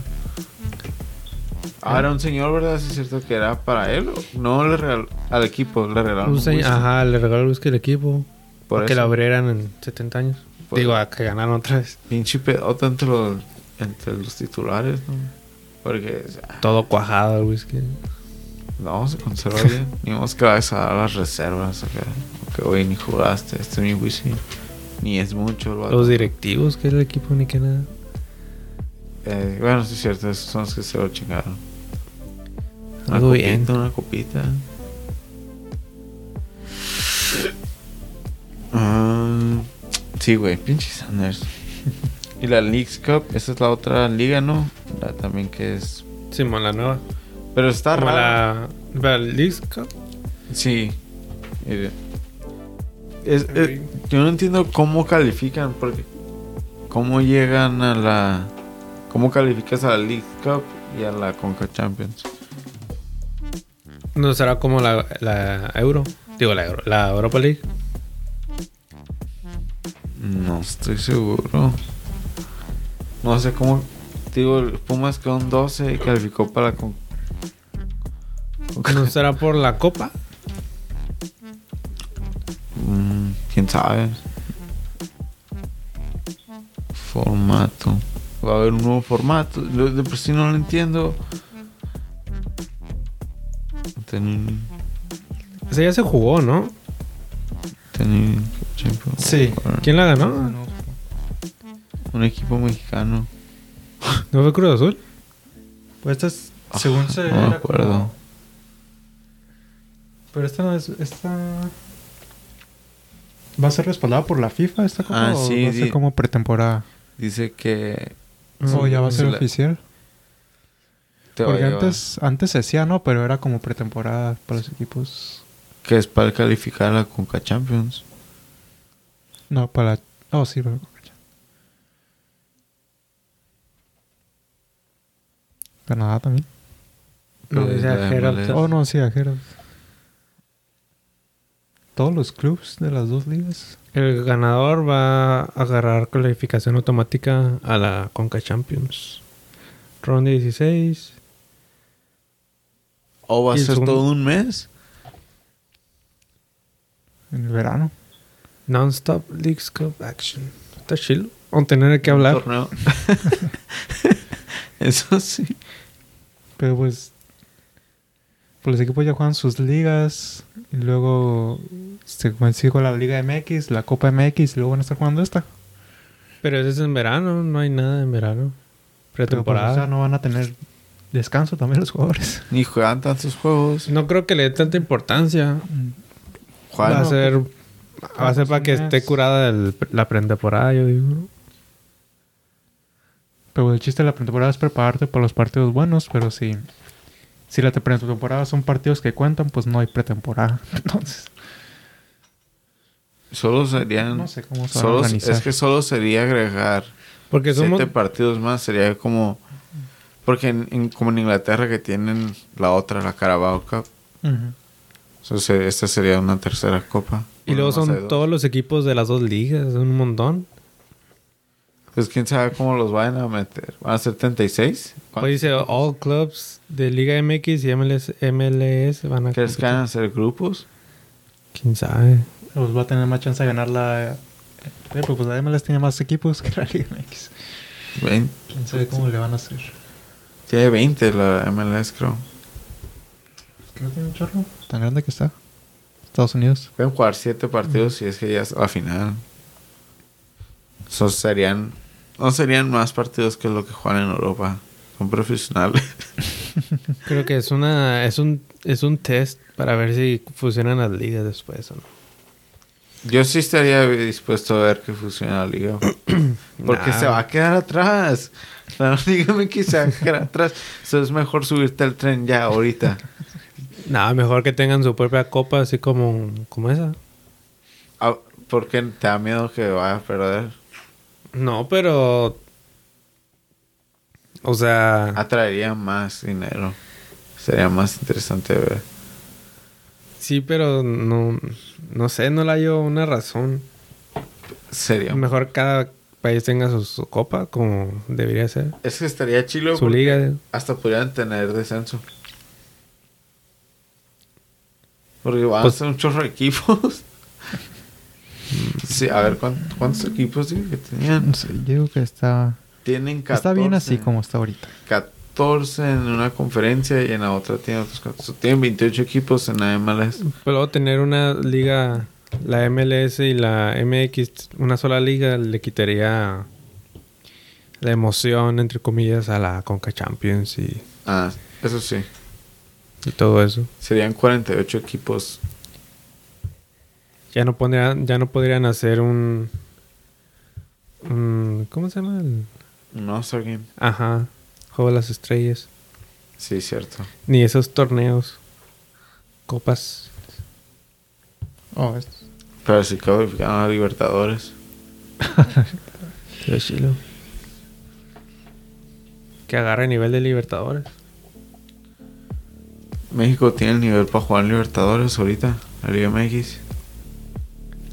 Speaker 2: Ah, era un señor, ¿verdad? Sí, es cierto que era para él. ¿o? No le regaló al equipo, le regalaron.
Speaker 3: Un
Speaker 2: un
Speaker 3: señor-
Speaker 2: whisky.
Speaker 3: ajá, le regaló el whisky al equipo.
Speaker 2: Por
Speaker 3: que
Speaker 2: eso.
Speaker 3: la abrieran en 70 años.
Speaker 2: Por-
Speaker 3: Digo, a que ganaron otra vez.
Speaker 2: pinche pedota entre los, entre los titulares, ¿no? Porque, o sea,
Speaker 3: Todo cuajado el whisky.
Speaker 2: no, se
Speaker 3: <laughs>
Speaker 2: conserva bien. Ni más que vas a dar las reservas acá. Que hoy ni jugaste, este es mi whisky. Ni es mucho el vato.
Speaker 3: Los directivos que era el equipo ni que nada.
Speaker 2: Eh, bueno, sí es cierto, esos son los que se lo chingaron. Una
Speaker 3: Algo
Speaker 2: copita,
Speaker 3: bien.
Speaker 2: una copita. Ah, sí, güey, pinche
Speaker 3: <laughs>
Speaker 2: Sanders. y la Leagues Cup, esa es la otra liga, ¿no? La también que es...
Speaker 3: Simón, la nueva.
Speaker 2: Pero está
Speaker 3: Como
Speaker 2: rara.
Speaker 3: la, la Leagues Cup.
Speaker 2: Sí. Mire. Eh, Es- es- yo no entiendo cómo califican, porque cómo llegan a la, cómo calificas a la League Cup y a la Conca Champions.
Speaker 3: No será como la, la Euro. Digo, la Euro. La Europa League.
Speaker 2: No estoy seguro. No sé cómo, digo, el Pumas quedó en 12 y calificó para la Con- Conca.
Speaker 3: No será por la Copa.
Speaker 2: Mm, Quién sabe. Formato. Va a haber un nuevo formato. Yo de por sí no lo entiendo. Tenin-
Speaker 3: O sea, ya se jugó, ¿no?
Speaker 2: Tenin- Champions.
Speaker 1: Sí.
Speaker 3: ¿Quién la
Speaker 1: No,
Speaker 3: ganó?
Speaker 1: no,
Speaker 2: Un equipo mexicano.
Speaker 3: ¿No fue Cruz Azul?
Speaker 1: Pues esta es, según se
Speaker 2: Ah, no me
Speaker 1: era
Speaker 2: acuerdo.
Speaker 1: como- Pero esta no es, esta va a ser respaldada por la FIFA esta copa
Speaker 2: Ah,
Speaker 1: o
Speaker 2: sí,
Speaker 1: va a ser
Speaker 2: sí.
Speaker 1: como pretemporada.
Speaker 2: Dice que.
Speaker 1: o ya va a ser
Speaker 2: se la-
Speaker 1: oficial.
Speaker 2: te va a
Speaker 1: Porque
Speaker 2: llevar-
Speaker 1: antes antes se hacía, ¿no? Pero era como pretemporada para los equipos.
Speaker 2: Que es para calificar a la Conca Champions.
Speaker 1: No, para Oh, sí, para Canadá también.
Speaker 3: No,
Speaker 2: Pues,
Speaker 3: o sea,
Speaker 2: la
Speaker 3: Gerard-
Speaker 2: MLS.
Speaker 1: Oh, no, sí, ajeros. Todos los clubs de las dos ligas.
Speaker 3: El ganador va a agarrar calificación automática a la Conca Champions. Ronda 16.
Speaker 2: O va a
Speaker 3: ¿Y el
Speaker 2: ser
Speaker 3: segundo?
Speaker 2: todo un mes.
Speaker 1: en el verano.
Speaker 3: Non-stop Leagues Cup Action. Está chill. O tener que hablar.
Speaker 2: Torneo. <laughs> Eso sí.
Speaker 1: Pero pues, pues los equipos ya juegan sus ligas y luego se coincide con la Liga MX, la Copa MX y luego van a estar jugando esta.
Speaker 3: Pero ese es en verano, no hay nada en verano.
Speaker 1: Pero pues, o sea,
Speaker 3: Pretemporada.
Speaker 1: no van a tener descanso también los jugadores.
Speaker 2: Ni juegan tantos juegos.
Speaker 3: No creo que le dé tanta importancia.
Speaker 2: Juegan.
Speaker 3: va a
Speaker 1: no,
Speaker 3: ser, va a ser
Speaker 1: pues,
Speaker 3: para que
Speaker 1: un
Speaker 3: esté
Speaker 1: mes.
Speaker 3: curada el- la pretemporada, yo digo. ¿no?
Speaker 1: Pero pues, el chiste de la pretemporada es prepararte para los partidos buenos, pero si, si la pretemporada son partidos que cuentan, pues no hay pretemporada. <laughs> Entonces,
Speaker 2: Solo serían.
Speaker 1: no sé cómo se van a
Speaker 2: solo,
Speaker 1: organizar.
Speaker 2: es que solo sería agregar
Speaker 3: Porque somos.
Speaker 2: siete partidos más. Sería como. Porque en, en- como en Inglaterra que tienen la otra, la Carabao Cup.
Speaker 1: Ujú.
Speaker 2: o sea, se- esta sería una tercera copa.
Speaker 3: Y luego
Speaker 2: Nomás hay
Speaker 3: son
Speaker 2: dos.
Speaker 3: todos los equipos de las dos ligas, es un montón.
Speaker 2: Pues quién sabe cómo los vayan a meter. ¿Van a ser 36?
Speaker 3: Hoy dice All Clubs de Liga MX y MLS, MLS van a.
Speaker 2: ¿Crees que van a ser grupos?
Speaker 3: ¿Quién sabe?
Speaker 1: Pues va a tener más chance de ganar la. eh, Pues pues la MLS tiene más equipos que la Liga MX.
Speaker 2: Vein-
Speaker 1: Quién sabe cómo le van a hacer.
Speaker 2: Tiene 20 la MLS, creo.
Speaker 1: ¿No tiene un chorro? Tan grande que está. Estados Unidos.
Speaker 2: Pueden jugar siete partidos si es que ya es la final. Eso serían. No serían más partidos que lo que juegan en Europa. Son profesionales. <laughs>
Speaker 3: Creo que es una es un es un test para ver si fusionan las ligas después o no.
Speaker 2: Yo sí estaría dispuesto a ver que funciona la liga. Porque
Speaker 3: Nah.
Speaker 2: se va a quedar atrás. La <laughs> liga MX se va a quedar atrás. Eso es mejor subirte al tren ya ahorita.
Speaker 3: Nada, mejor que tengan su propia copa así como como esa.
Speaker 2: Ah, Porque te da miedo que vayas a perder.
Speaker 3: No, pero o
Speaker 2: Ah.
Speaker 3: sea,
Speaker 2: Atraería más dinero. Sería más interesante ver.
Speaker 3: sí, pero no no sé, no le hallo una razón.
Speaker 2: Sería
Speaker 3: Mejor cada país tenga su, su copa como debería ser.
Speaker 2: Es que estaría chilo.
Speaker 3: Su liga. digo.
Speaker 2: Hasta podrían tener descenso. Porque van
Speaker 3: Pues-
Speaker 2: a ser un chorro de equipos. <laughs> sí, a ver, ¿cuán- ¿cuántos equipos dije que tenían?
Speaker 1: No sé, Mm, yo digo que está.
Speaker 2: Tienen 14.
Speaker 1: Está bien así como está ahorita.
Speaker 2: 14 en una conferencia y en la otra tienen otros 14. Tienen 28 equipos en la MLS.
Speaker 3: Pero tener una liga, la MLS y la MX, una sola liga, le quitaría la emoción, entre comillas, a la Conca Champions y,
Speaker 2: Ah, eso sí.
Speaker 3: y todo eso.
Speaker 2: Serían 48 equipos.
Speaker 3: Ya no, pondrían, ya no podrían hacer un, un- ¿Cómo se llama? el?
Speaker 2: No, está bien.
Speaker 3: Ajá, Juego de las Estrellas.
Speaker 2: Sí, cierto.
Speaker 3: Ni esos torneos, copas.
Speaker 1: Oh, es-
Speaker 2: Pero si calificaron a Libertadores.
Speaker 3: Pero chilo. Que agarre nivel de Libertadores.
Speaker 2: México tiene el nivel para jugar en Libertadores ahorita, la Liga MX.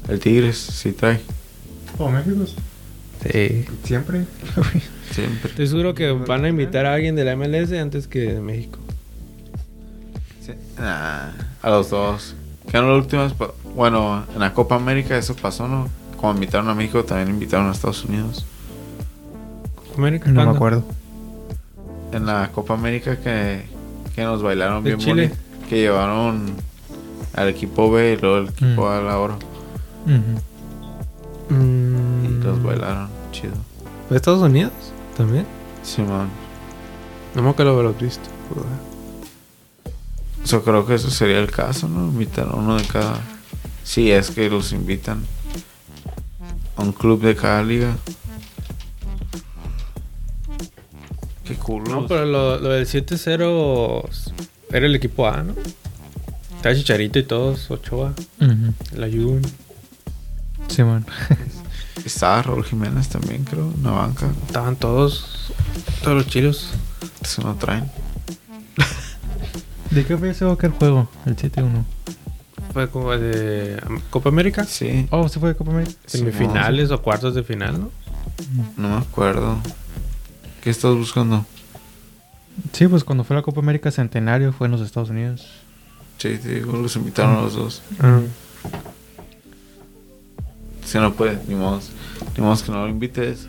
Speaker 2: El Tigres sí trae,
Speaker 1: Oh, México.
Speaker 3: Sí.
Speaker 1: Siempre.
Speaker 2: siempre.
Speaker 3: Estoy seguro que van a invitar a alguien de la MLS antes que de México.
Speaker 2: Sí. Nah, a los dos. Quedaron las últimas. pa- Bueno, en la Copa América eso pasó, ¿no? Como invitaron a México, también invitaron a Estados Unidos.
Speaker 3: América,
Speaker 1: no me
Speaker 3: ¿cuándo?
Speaker 1: acuerdo.
Speaker 2: En la Copa América que, que nos bailaron
Speaker 3: De
Speaker 2: bien
Speaker 3: Chile.
Speaker 2: bonito. Que llevaron al equipo B y luego al equipo
Speaker 1: Mm.
Speaker 2: A la oro.
Speaker 1: Ujú.
Speaker 2: Y
Speaker 3: Mm,
Speaker 2: los bailaron, chido.
Speaker 3: ¿Fue Mm, Estados Unidos también?
Speaker 2: Simón.
Speaker 3: No me acuerdo haberlos visto. joder.
Speaker 2: Yo creo que eso sería el caso, ¿no? Invitar a uno de cada. Sí, es que los invitan a un club de cada liga. Qué cool.
Speaker 3: No, pero lo, lo del 7-0 era el equipo A, ¿no? Está Chicharito y todos, Ochoa,
Speaker 1: Ujú.
Speaker 3: la Jun.
Speaker 1: Simón.
Speaker 2: Estaba Raúl Jiménez también, creo, en la banca.
Speaker 3: Estaban todos, todos los chilos.
Speaker 2: Se no traen.
Speaker 1: <laughs> ¿De qué país se va a caer el juego? El 7-1.
Speaker 3: Fue como de um, Copa América.
Speaker 2: Sí.
Speaker 1: Oh, se fue de Copa América.
Speaker 3: Semifinales o cuartos de final, ¿no?
Speaker 2: No me acuerdo. ¿Qué estás buscando?
Speaker 1: Sí, pues cuando fue la Copa América Centenario fue en los Estados Unidos. Ah.
Speaker 2: Sí, te digo, los invitaron a los dos.
Speaker 3: Ah.
Speaker 2: Si no puedes, ni modo, ni modo que no lo invites.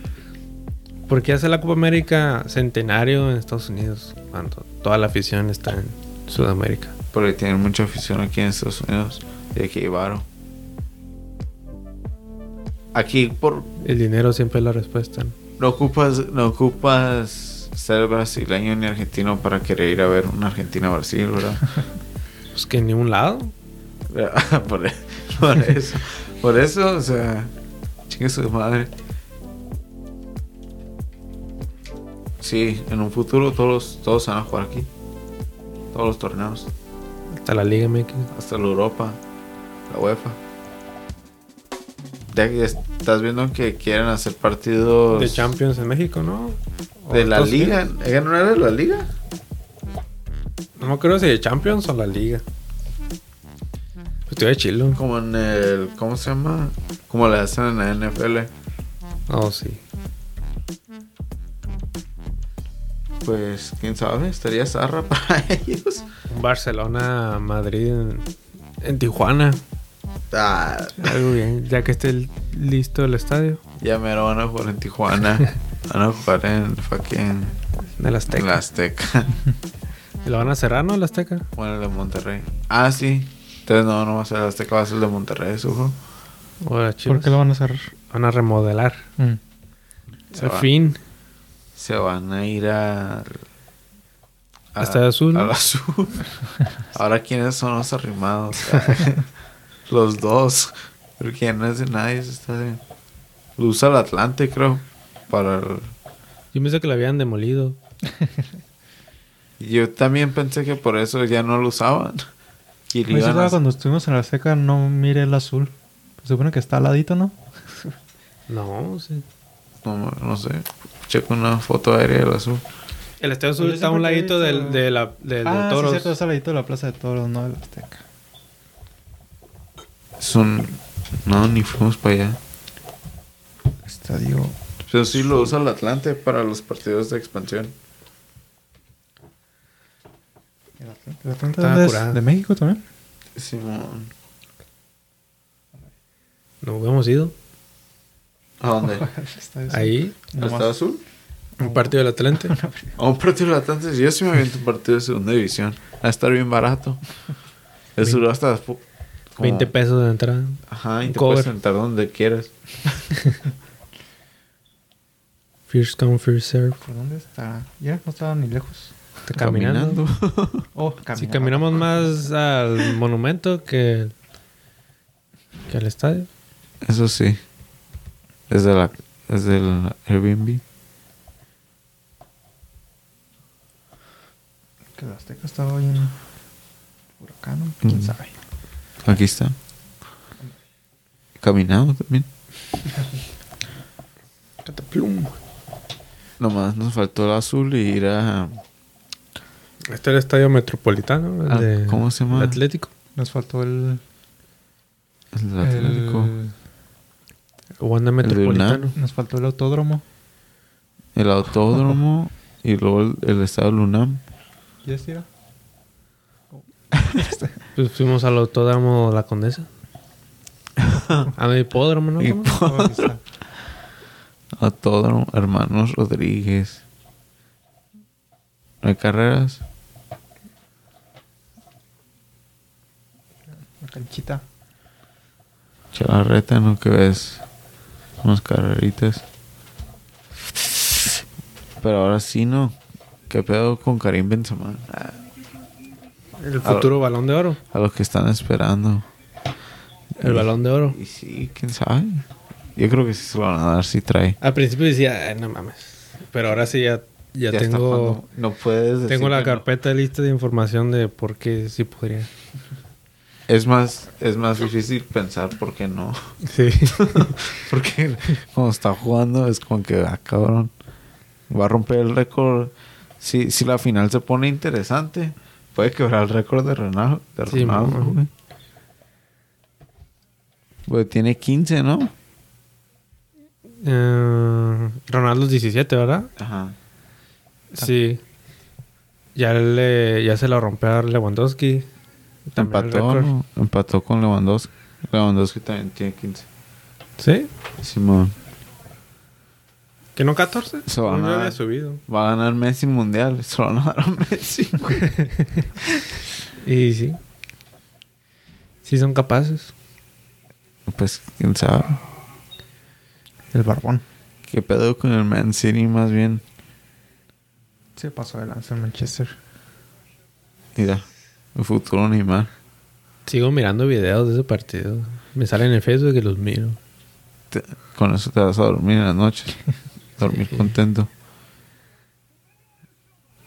Speaker 3: Porque hace la Copa América centenario en Estados Unidos, cuando toda la afición está en Sudamérica.
Speaker 2: Porque tienen mucha afición aquí en Estados Unidos. Y aquí hay varo. Aquí por
Speaker 3: El dinero siempre es la respuesta. ¿no?
Speaker 2: no ocupas, no ocupas ser brasileño ni argentino para querer ir a ver un Argentina Brasil, ¿verdad?
Speaker 3: Pues que en ningún lado.
Speaker 2: por, e- por eso. Por eso, o sea, chingue su madre. Sí, en un futuro todos, todos se van a jugar aquí. Todos los torneos.
Speaker 3: Hasta la Liga MX.
Speaker 2: Hasta la Europa. La UEFA. Ya que es- estás viendo que quieren hacer partidos
Speaker 3: De Champions en México, ¿no? O
Speaker 2: de la
Speaker 3: Estados
Speaker 2: liga.
Speaker 3: Unidos.
Speaker 2: ¿Era no era de la liga?
Speaker 3: No me acuerdo si de Champions o la Liga. Pues estoy de chilo.
Speaker 2: Como en el. ¿Cómo se llama? Como le hacen en la NFL.
Speaker 3: Oh, sí.
Speaker 2: Pues quién sabe, estaría zarra <laughs> para ellos.
Speaker 3: Un Barcelona, Madrid, en, en Tijuana.
Speaker 2: Ah,
Speaker 3: Algo bien, ya que esté el- listo el estadio.
Speaker 2: ya mero van a jugar en
Speaker 3: <laughs>
Speaker 2: Tijuana. Van a jugar en fucking.
Speaker 3: De la
Speaker 2: en
Speaker 3: Azteca. <laughs>
Speaker 2: la Azteca.
Speaker 3: ¿Y ¿Lo van a cerrar, no? La Azteca.
Speaker 2: Bueno, el de Monterrey. Ah, sí. Entonces no, no va a ser el Azteca, va a ser el de Monterrey, sujo.
Speaker 3: O la Chivas.
Speaker 1: ¿Por qué lo van a cerrar?
Speaker 3: Van a remodelar.
Speaker 1: Mm.
Speaker 2: Se
Speaker 3: Al
Speaker 2: va.
Speaker 3: fin.
Speaker 2: Se van a ir a. a-
Speaker 3: Estadio Azul,
Speaker 2: Al
Speaker 3: ¿no?
Speaker 2: <laughs> azul. Ahora, ¿quiénes son los arrimados? <laughs> los dos. Porque ya no es de nadie. se Está de... Lo usa el Atlante, creo. Para el-
Speaker 3: Yo pensé que lo habían demolido.
Speaker 2: Yo también pensé que por eso ya no lo usaban. Y lo
Speaker 1: Pues,
Speaker 2: iban a-
Speaker 1: ¿sabes? cuando estuvimos en la seca no miré el azul. Se supone que está al ladito, ¿no?
Speaker 3: No, sí.
Speaker 2: no, no sé. Checo una foto aérea del azul.
Speaker 3: El Estadio Azul
Speaker 1: Pues yo
Speaker 3: está a un
Speaker 1: siempre he
Speaker 3: ladito del,
Speaker 1: visto-
Speaker 3: de la, del
Speaker 1: ah,
Speaker 3: de
Speaker 1: sí,
Speaker 3: Toros.
Speaker 1: cierto, está al ladito de la Plaza de Toros, no de la Azteca.
Speaker 2: Es un. No, ni fuimos para allá.
Speaker 1: Estadio.
Speaker 2: Pero sí lo usa el Atlante para los partidos de expansión.
Speaker 1: ¿El Atlante? ¿El Atlante
Speaker 3: Está
Speaker 1: dónde es?
Speaker 3: curada.
Speaker 1: ¿De México <laughs> también?
Speaker 2: Simón.
Speaker 3: No hubiéramos ido.
Speaker 2: ¿A dónde?
Speaker 1: El estadio sí.
Speaker 3: Ahí,
Speaker 2: ¿Al
Speaker 1: Nomás-
Speaker 2: Estado Azul?
Speaker 3: un partido del Atlante.
Speaker 2: A un partido de Atlante, yo sí me aviento un partido de segunda división. Va a estar
Speaker 3: <laughs>
Speaker 2: bien barato. Eso lo hasta. fu- como-
Speaker 3: 20 pesos de entrada.
Speaker 2: Ajá, y
Speaker 3: un
Speaker 2: te
Speaker 3: cover.
Speaker 2: puedes sentar donde quieras.
Speaker 3: First come, first serve.
Speaker 1: ¿Por dónde está? Ya, no estaba ni lejos.
Speaker 3: Está caminando.
Speaker 1: Oh, caminando.
Speaker 3: Si caminamos más al monumento que, que al estadio.
Speaker 2: <laughs> Eso sí. Desde la. Desde el Airbnb.
Speaker 1: Que la Azteca estaba hoy en huracán, quién sabe.
Speaker 2: Aquí está. Caminamos también. Nomás nos faltó el azul y ir a.
Speaker 3: Este es el estadio metropolitano. el
Speaker 2: Ah,
Speaker 3: de-
Speaker 2: ¿cómo se llama?
Speaker 3: el Atlético.
Speaker 1: Nos faltó el.
Speaker 2: El
Speaker 1: el-
Speaker 2: Atlético.
Speaker 3: Wanda
Speaker 2: de
Speaker 3: Metropolitano.
Speaker 1: nos faltó el autódromo.
Speaker 2: El autódromo y luego el, el estado Lunam.
Speaker 1: ¿Ya está?
Speaker 3: Pues fuimos al autódromo La Condesa. A mi hipódromo, ¿no? ¿Cómo?
Speaker 1: Oh,
Speaker 2: Autódromo Hermanos Rodríguez. ¿No hay carreras?
Speaker 1: La canchita.
Speaker 2: Chavarreta, ¿no? Que ves unas carreritas. Pero ahora sí, ¿no? ¿Qué pedo con Karim Benzema?
Speaker 3: El futuro balón de oro.
Speaker 2: A los que están esperando.
Speaker 3: El balón de oro.
Speaker 2: Y sí, quién sabe. Yo creo que sí se lo van a dar si trae.
Speaker 3: Al principio decía, "Ay, no mames. Pero ahora sí ya, ya,
Speaker 2: está
Speaker 3: tengo,
Speaker 2: jugando. No puedes decir
Speaker 3: tengo la
Speaker 2: que no.
Speaker 3: carpeta lista de información de por qué sí podría.
Speaker 2: Es más, es más difícil pensar por qué no.
Speaker 3: Sí. <laughs>
Speaker 2: Porque cuando está jugando es como que, ah, cabrón, va a romper el récord. Si, si la final se pone interesante, puede quebrar el récord de Ronaldo. De
Speaker 3: Sí,
Speaker 2: Ronaldo,
Speaker 3: mamá.
Speaker 2: güey. Güey, tiene 15, ¿no?
Speaker 3: Eh, Ronaldo es 17, ¿verdad?
Speaker 2: Ajá.
Speaker 3: Sí. Ya, le, ya se lo rompió a Lewandowski. También el
Speaker 2: Empató,
Speaker 3: récord.
Speaker 2: ¿no? Empató con Lewandowski. Lewandowski también tiene 15.
Speaker 3: ¿Sí?
Speaker 2: Simón.
Speaker 3: ¿Que no 14?
Speaker 2: Se van
Speaker 3: no
Speaker 2: a-
Speaker 3: había <laughs> subido.
Speaker 2: Va a ganar Messi mundial. <laughs> Solo no a dar a Messi. güey.
Speaker 3: Y sí. Sí son capaces.
Speaker 2: pues quién sabe.
Speaker 1: El barbón.
Speaker 2: ¿Qué pedo con el Man City más bien?
Speaker 1: Se pasó de lanza en Manchester.
Speaker 2: Mira, el futuro ni mal.
Speaker 3: Sigo mirando videos de ese partido. Me salen en Facebook y los miro.
Speaker 2: Te- con eso te vas a dormir en
Speaker 3: <laughs>
Speaker 2: las noches. Dormir contento.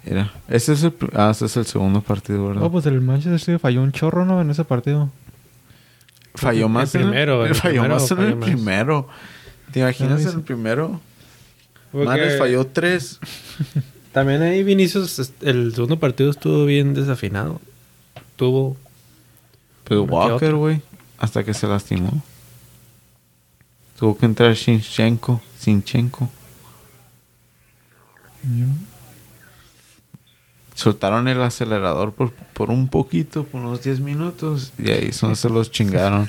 Speaker 2: Mira, ese es el, pr- ah, ese es el segundo partido, ¿verdad?
Speaker 1: Oh, pues el Manchester City falló un chorro, ¿no? En ese partido.
Speaker 2: Falló
Speaker 3: El
Speaker 2: más en
Speaker 3: primero, el
Speaker 2: <laughs> falló
Speaker 3: primero
Speaker 2: más en
Speaker 3: falló
Speaker 2: el
Speaker 3: más. Ah,
Speaker 2: primero. ¿Te imaginas
Speaker 1: No,
Speaker 2: en
Speaker 1: dice-
Speaker 2: el primero?
Speaker 3: Porque
Speaker 2: Mares falló tres.
Speaker 3: También ahí Vinicius, es- el segundo partido estuvo bien desafinado. Tuvo.
Speaker 2: Pero
Speaker 3: ¿Qué
Speaker 2: Walker,
Speaker 3: otro?
Speaker 2: güey, hasta que se lastimó. Tuvo que entrar Shinchenko. Sinchenko. Soltaron el acelerador por, por un poquito, por unos 10 minutos. Y ahí son, se los chingaron.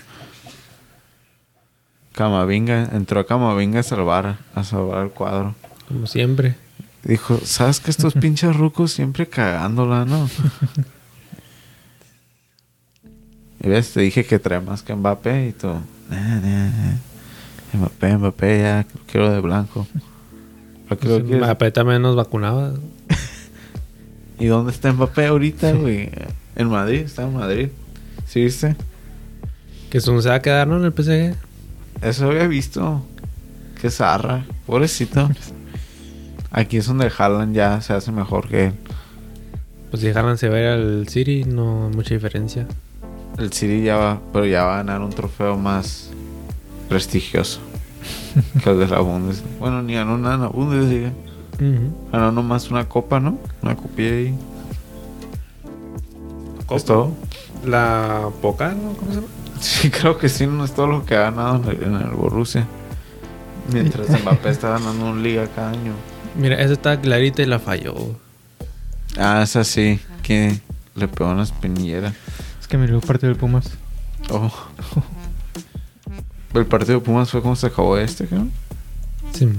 Speaker 2: Camavinga, entró a Camavinga a salvar, a salvar el cuadro.
Speaker 3: Como siempre.
Speaker 2: Dijo, ¿sabes que estos pinches rucos siempre cagándola, no? y ves, te dije que trae más que Mbappé y tú, "Nah, nah, nah. Mbappé, Mbappé, ya, lo quiero de blanco.
Speaker 3: Pues
Speaker 2: Lo que lo quieres.
Speaker 3: Mbappé también nos vacunaba.
Speaker 2: ¿Y dónde está Mbappé ahorita, güey? En Madrid, está en Madrid. ¿Sí viste?
Speaker 3: Que Sun se va a quedar, ¿no? En el PSG.
Speaker 2: Eso había visto. Qué zarra. Pobrecito. Aquí es donde Haaland ya se hace mejor que él.
Speaker 3: Pues si Haaland se va a ir al City, no hay mucha diferencia.
Speaker 2: El City ya va, pero ya va a ganar un trofeo más prestigioso que el de la Bundesliga. Bueno, ni ganó nada en la Bundesliga. Ganó nomás una copa, ¿no? Una copia ahí. ¿Es todo?
Speaker 3: La Poca, ¿no? ¿Cómo se llama?
Speaker 2: Sí, <laughs> creo que sí, no es todo lo que ha ganado en el, en el Borussia. Mientras Mbappé está ganando un liga cada año.
Speaker 3: Mira, esa estaba clarita y la falló.
Speaker 2: Ah, esa sí, que le pegó una espinillera.
Speaker 1: Es que me dio partido del Pumas.
Speaker 2: Oh. El partido de Pumas fue como se acabó este, creo.
Speaker 3: Sí.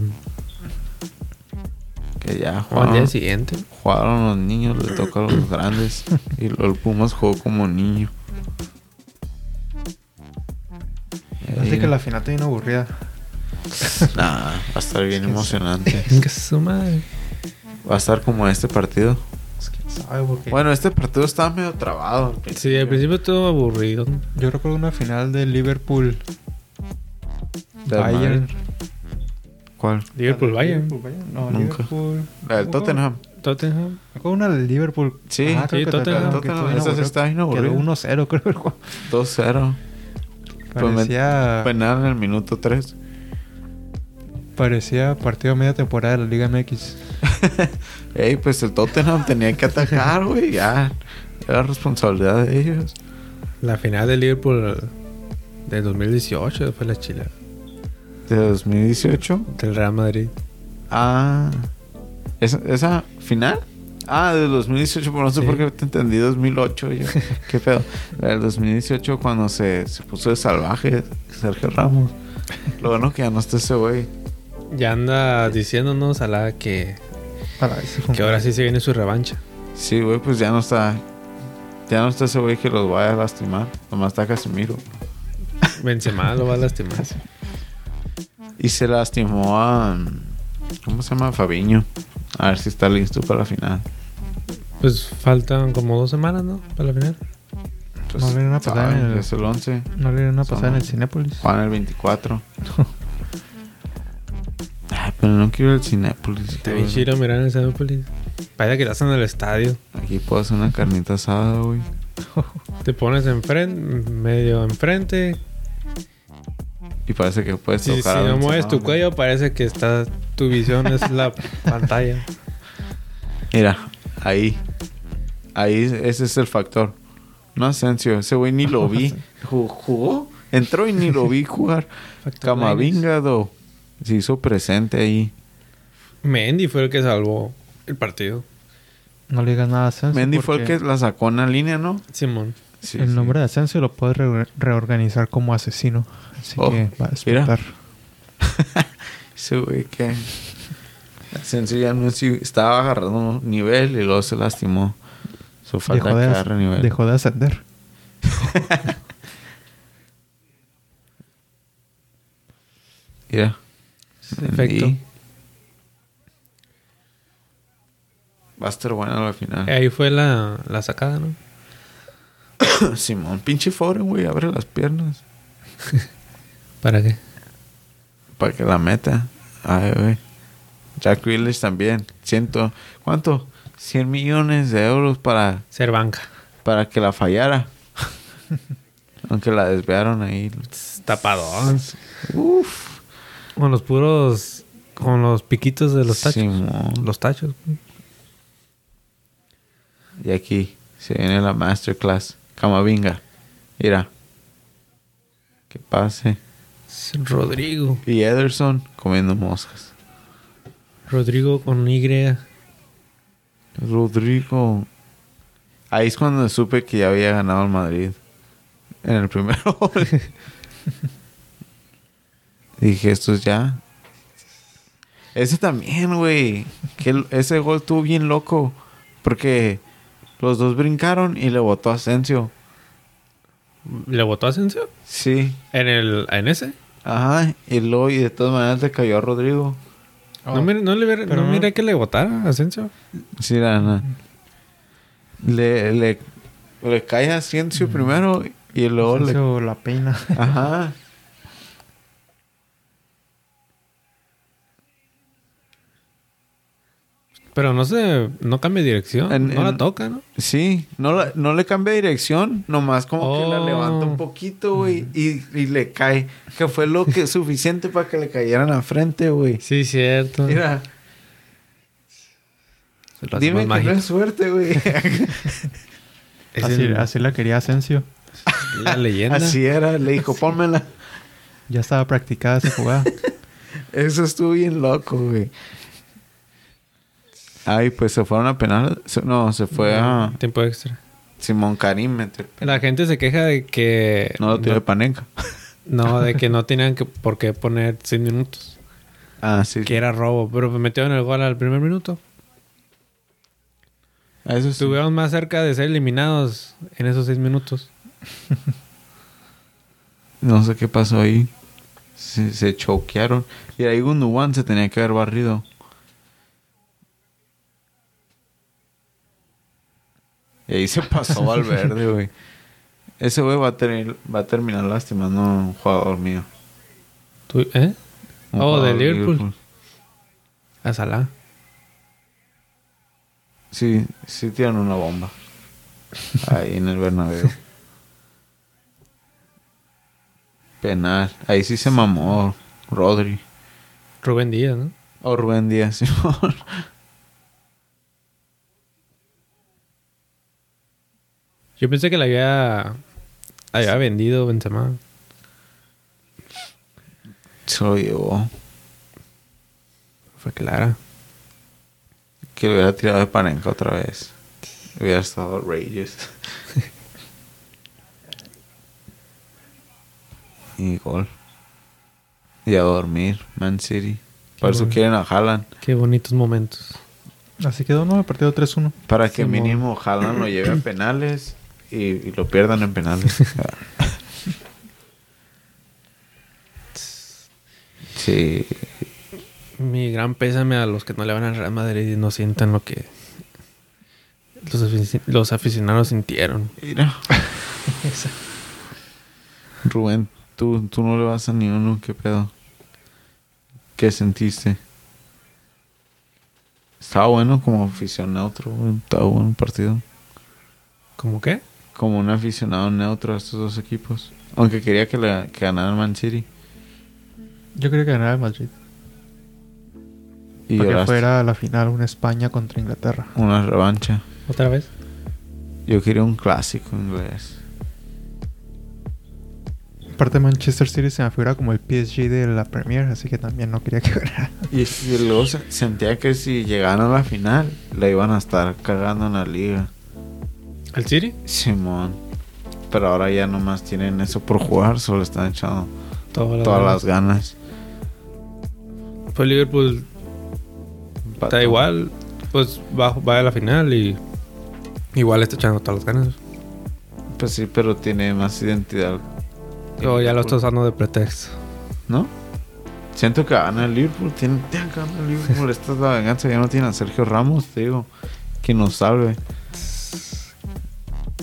Speaker 2: Que ya
Speaker 3: O al día
Speaker 2: jugaron,
Speaker 3: siguiente.
Speaker 2: jugaron los niños, le toca a los grandes. Y lo- el Pumas jugó como niño.
Speaker 1: Así que la final te vino aburrida.
Speaker 2: Nah, va a estar bien emocionante.
Speaker 3: Que su madre.
Speaker 2: Va a estar como este partido.
Speaker 1: Es que sabe porque.
Speaker 2: Bueno, este partido estaba medio trabado. al principio.
Speaker 3: Sí, al principio estuvo aburrido.
Speaker 1: Yo recuerdo una final de Liverpool.
Speaker 2: Del
Speaker 1: Bayern.
Speaker 2: Madrid. ¿Cuál?
Speaker 3: Liverpool Bayern.
Speaker 1: Liverpool, Bayern. No,
Speaker 2: Nunca.
Speaker 1: Liverpool.
Speaker 2: La del Tottenham.
Speaker 3: Tottenham.
Speaker 1: Recuerdo una de Liverpool. Ah,
Speaker 2: Sí,
Speaker 1: creo
Speaker 3: sí,
Speaker 1: que
Speaker 3: Tottenham.
Speaker 1: Tottenham, que
Speaker 2: Tottenham,
Speaker 1: estuvo bien
Speaker 2: esa sí
Speaker 1: aburrido.
Speaker 2: estaba bien aburrida.
Speaker 1: Quedó 1-0, creo. el juego.
Speaker 2: 2-0. Pues me-
Speaker 1: Parecía,
Speaker 2: Penal en el minuto 3.
Speaker 1: parecía partido de media temporada de la Liga MX.
Speaker 2: Ey, pues el Tottenham tenía que atacar, güey. Ya. Era responsabilidad de ellos.
Speaker 3: La final de Liverpool del 2018 fue la chila.
Speaker 2: De 2018.
Speaker 3: Del Real Madrid.
Speaker 2: Ah. ¿Esa, esa final? Ah, de 2018, pero no sé
Speaker 3: Sí.
Speaker 2: por qué te entendí 2008.
Speaker 1: <laughs>
Speaker 2: Yo. ¿Qué pedo? La del 2018 cuando se, se puso de salvaje Sergio Ramos. Lo bueno que ya no está ese güey.
Speaker 3: Ya anda diciéndonos a la que,
Speaker 1: Para ver si
Speaker 3: que ahora sí se viene su revancha.
Speaker 2: Sí, güey, pues ya no está. Ya no está ese güey que los vaya a lastimar. Nomás está Casemiro.
Speaker 3: Benzema lo va a lastimar.
Speaker 2: Y se lastimó a. ¿Cómo se llama? Fabiño. A ver si está listo para la final.
Speaker 3: Pues faltan como dos semanas, ¿no? Para la final.
Speaker 2: Pues,
Speaker 1: No le van a pasar
Speaker 2: saben,
Speaker 1: en el-
Speaker 2: Es el 11.
Speaker 1: No le dieron una
Speaker 2: Son-
Speaker 1: pasada en el Cinépolis.
Speaker 2: Juan el 24. Ay, pero no quiero el Cinépolis.
Speaker 3: Está
Speaker 2: güey.
Speaker 3: bien chido mirar en el Cinépolis. Vaya que estás en el estadio.
Speaker 2: Aquí puedo hacer una carnita asada, güey.
Speaker 3: Te pones enfrente, medio enfrente.
Speaker 2: Y parece que puedes
Speaker 3: Si, si
Speaker 2: tocar. a
Speaker 3: no
Speaker 2: Benzema,
Speaker 3: mueves tu
Speaker 2: güey.
Speaker 3: cuello, parece que está, tu visión es la pantalla.
Speaker 2: Mira, ahí. Ahí ese es el factor. No, Asensio, ese güey ni lo vi. Ju- ¿Jugó? Entró y ni lo vi jugar.
Speaker 1: Factor
Speaker 2: Camavinga, do. Se hizo presente ahí.
Speaker 3: Mendy fue el que salvó el partido.
Speaker 1: No le digas nada a Sensi
Speaker 2: Mendy fue el
Speaker 1: porque
Speaker 2: que la sacó en la línea, ¿no?
Speaker 3: Simón.
Speaker 2: Sí,
Speaker 1: el
Speaker 2: sí.
Speaker 1: nombre de Asensio lo puedes re- reorganizar como asesino. Así
Speaker 2: Oh,
Speaker 1: que va a
Speaker 2: mira.
Speaker 1: explotar.
Speaker 2: Ese güey que. Asensio ya no sí, estaba agarrando nivel y luego se lastimó. Su falta
Speaker 1: Dejó
Speaker 2: de
Speaker 1: de, as-
Speaker 2: agarrar nivel.
Speaker 1: dejó de ascender.
Speaker 2: Mira.
Speaker 3: Perfecto.
Speaker 2: Y- Va a estar bueno la final.
Speaker 3: Ahí fue la, la sacada, ¿no?
Speaker 2: <coughs> Simón, pinche Foren, güey, abre las piernas.
Speaker 3: ¿Para qué?
Speaker 2: Para que la meta. Ay, güey. Jack Willis también. Ciento. ¿Cuánto? 100 millones de euros para,
Speaker 3: Ser banca.
Speaker 2: para que la fallara. Aunque la desviaron ahí.
Speaker 3: Tapadón.
Speaker 2: Uf.
Speaker 3: Con los puros. Con los piquitos de los tachos.
Speaker 2: Simón.
Speaker 3: Los tachos.
Speaker 2: Y aquí se viene la masterclass. Camavinga. Mira. Que pase.
Speaker 3: Rodrigo.
Speaker 2: Y Ederson comiendo moscas.
Speaker 3: Rodrigo con Y.
Speaker 2: Rodrigo. Ahí es cuando supe que ya había ganado el Madrid. En el primer <laughs> gol. Dije, esto es ya. Ese también, güey. Que el- Ese gol estuvo bien loco. Porque los dos brincaron y le botó a Asensio.
Speaker 3: ¿Le votó a Asensio?
Speaker 2: Sí.
Speaker 3: ¿En, el, ¿En ese?
Speaker 2: Ajá. Y luego, y de todas maneras, le cayó a Rodrigo. Ah.
Speaker 3: No, mira, no, le, hubiera-
Speaker 1: Pero
Speaker 3: no
Speaker 1: no-
Speaker 3: miré que le votara a Asensio.
Speaker 2: Sí, la neta. Le, le, le cae a Asensio primero y luego le
Speaker 1: Asensio la peina.
Speaker 2: Ajá.
Speaker 3: Pero no se... No cambia de dirección.
Speaker 2: En-
Speaker 3: no
Speaker 2: en-
Speaker 3: la toca, ¿no?
Speaker 2: Sí, no, la- no le cambia de dirección, nomás como que la
Speaker 3: Oh.
Speaker 2: levanta un poquito, güey, y, y le cae. Que fue lo que suficiente para que le cayeran a frente, güey.
Speaker 3: Sí, cierto.
Speaker 2: Mira,
Speaker 3: Se lo hace
Speaker 2: dime
Speaker 3: más
Speaker 2: que
Speaker 3: mágico.
Speaker 2: no es suerte, güey.
Speaker 3: Es
Speaker 1: así,
Speaker 3: el-
Speaker 1: así la quería Asensio.
Speaker 3: la leyenda.
Speaker 2: Así era, le dijo, pónmela.
Speaker 1: Ya estaba practicada esa jugada.
Speaker 2: Eso estuvo bien loco, güey. Ay, pues se fueron a penal. se- No, se fue a
Speaker 3: Tiempo extra.
Speaker 2: Simón Karim. metió el penal.
Speaker 3: La gente se queja de que...
Speaker 2: No lo tiró de Panenka.
Speaker 3: No, de que no tenían que, por qué poner 100 minutos.
Speaker 2: Ah, sí.
Speaker 3: Que era robo, pero me metieron el gol al primer minuto.
Speaker 2: Ah, Eso sí.
Speaker 3: Estuvieron más cerca de ser eliminados en esos 6 minutos.
Speaker 2: No sé qué pasó ahí. Se, se choquearon. Y ahí Gundogan se tenía que haber barrido. Y ahí se <laughs> pasó al verde, güey. Ese güey va a, tener- va a terminar lastimando a un jugador mío.
Speaker 3: ¿Tú- ¿Eh?
Speaker 2: Un
Speaker 3: Oh, de
Speaker 2: jugador
Speaker 3: Liverpool. A Salah.
Speaker 2: Sí, sí tiran una bomba. Ahí en el Bernabéu. Penal. Ahí sí se mamó Rodri.
Speaker 3: Rubén Díaz, ¿no?
Speaker 2: O Rubén Díaz, <laughs> Simón.
Speaker 3: Yo pensé que la había... La había vendido Benzema.
Speaker 2: Se lo llevó.
Speaker 3: Fue clara.
Speaker 2: Que lo hubiera tirado de panenca otra vez. Hubiera estado outrageous. <laughs> y gol. Y a dormir, Man City. Por eso
Speaker 3: bueno.
Speaker 2: quieren a Haaland.
Speaker 3: Qué bonitos momentos.
Speaker 1: Así quedó, ¿no? El partido 3-1.
Speaker 2: Para que
Speaker 3: Simón.
Speaker 2: mínimo Haaland lo lleve a penales y, y lo pierdan en penales. sí.
Speaker 3: Mi gran pésame a los que no le van al Real Madrid y no sientan lo que... Los, afici- los aficionados sintieron.
Speaker 2: Mira. Rubén, tú, tú no le vas a ni uno, ¿qué pedo? ¿Qué sentiste? Estaba bueno como aficionado neutro, güey, estaba bueno el partido.
Speaker 3: ¿Cómo qué?
Speaker 2: Como un aficionado neutro a estos dos equipos. Aunque quería que, la, que ganara el Man City.
Speaker 1: Yo creo que ganaba el Madrid.
Speaker 2: Y
Speaker 1: para que
Speaker 2: lloraste.
Speaker 1: fuera a la final una España contra Inglaterra.
Speaker 2: Una revancha.
Speaker 3: ¿Otra vez?
Speaker 2: Yo quería un clásico inglés.
Speaker 1: Aparte Manchester City se me figura como el PSG de la Premier, así que también no quería que <laughs> ganara.
Speaker 2: Y, y luego se- sentía que si llegaban a la final, la iban a estar cagando en la liga.
Speaker 3: ¿Al City?
Speaker 2: Simón. Pero ahora ya nomás tienen eso por jugar, solo están echando
Speaker 3: Todas las ganas.
Speaker 2: todas las ganas.
Speaker 3: Pues Liverpool
Speaker 2: Pato.
Speaker 3: está igual. Pues va, va a la final y igual está echando todas las ganas.
Speaker 2: Pues sí, pero tiene más identidad.
Speaker 3: Yo Oh, ya lo estoy usando de pretexto.
Speaker 2: ¿No? Siento que gana el Liverpool. Tiene, tiene que ganar el Liverpool. Esta es la venganza. Ya no tiene a Sergio Ramos, te digo. Que nos salve.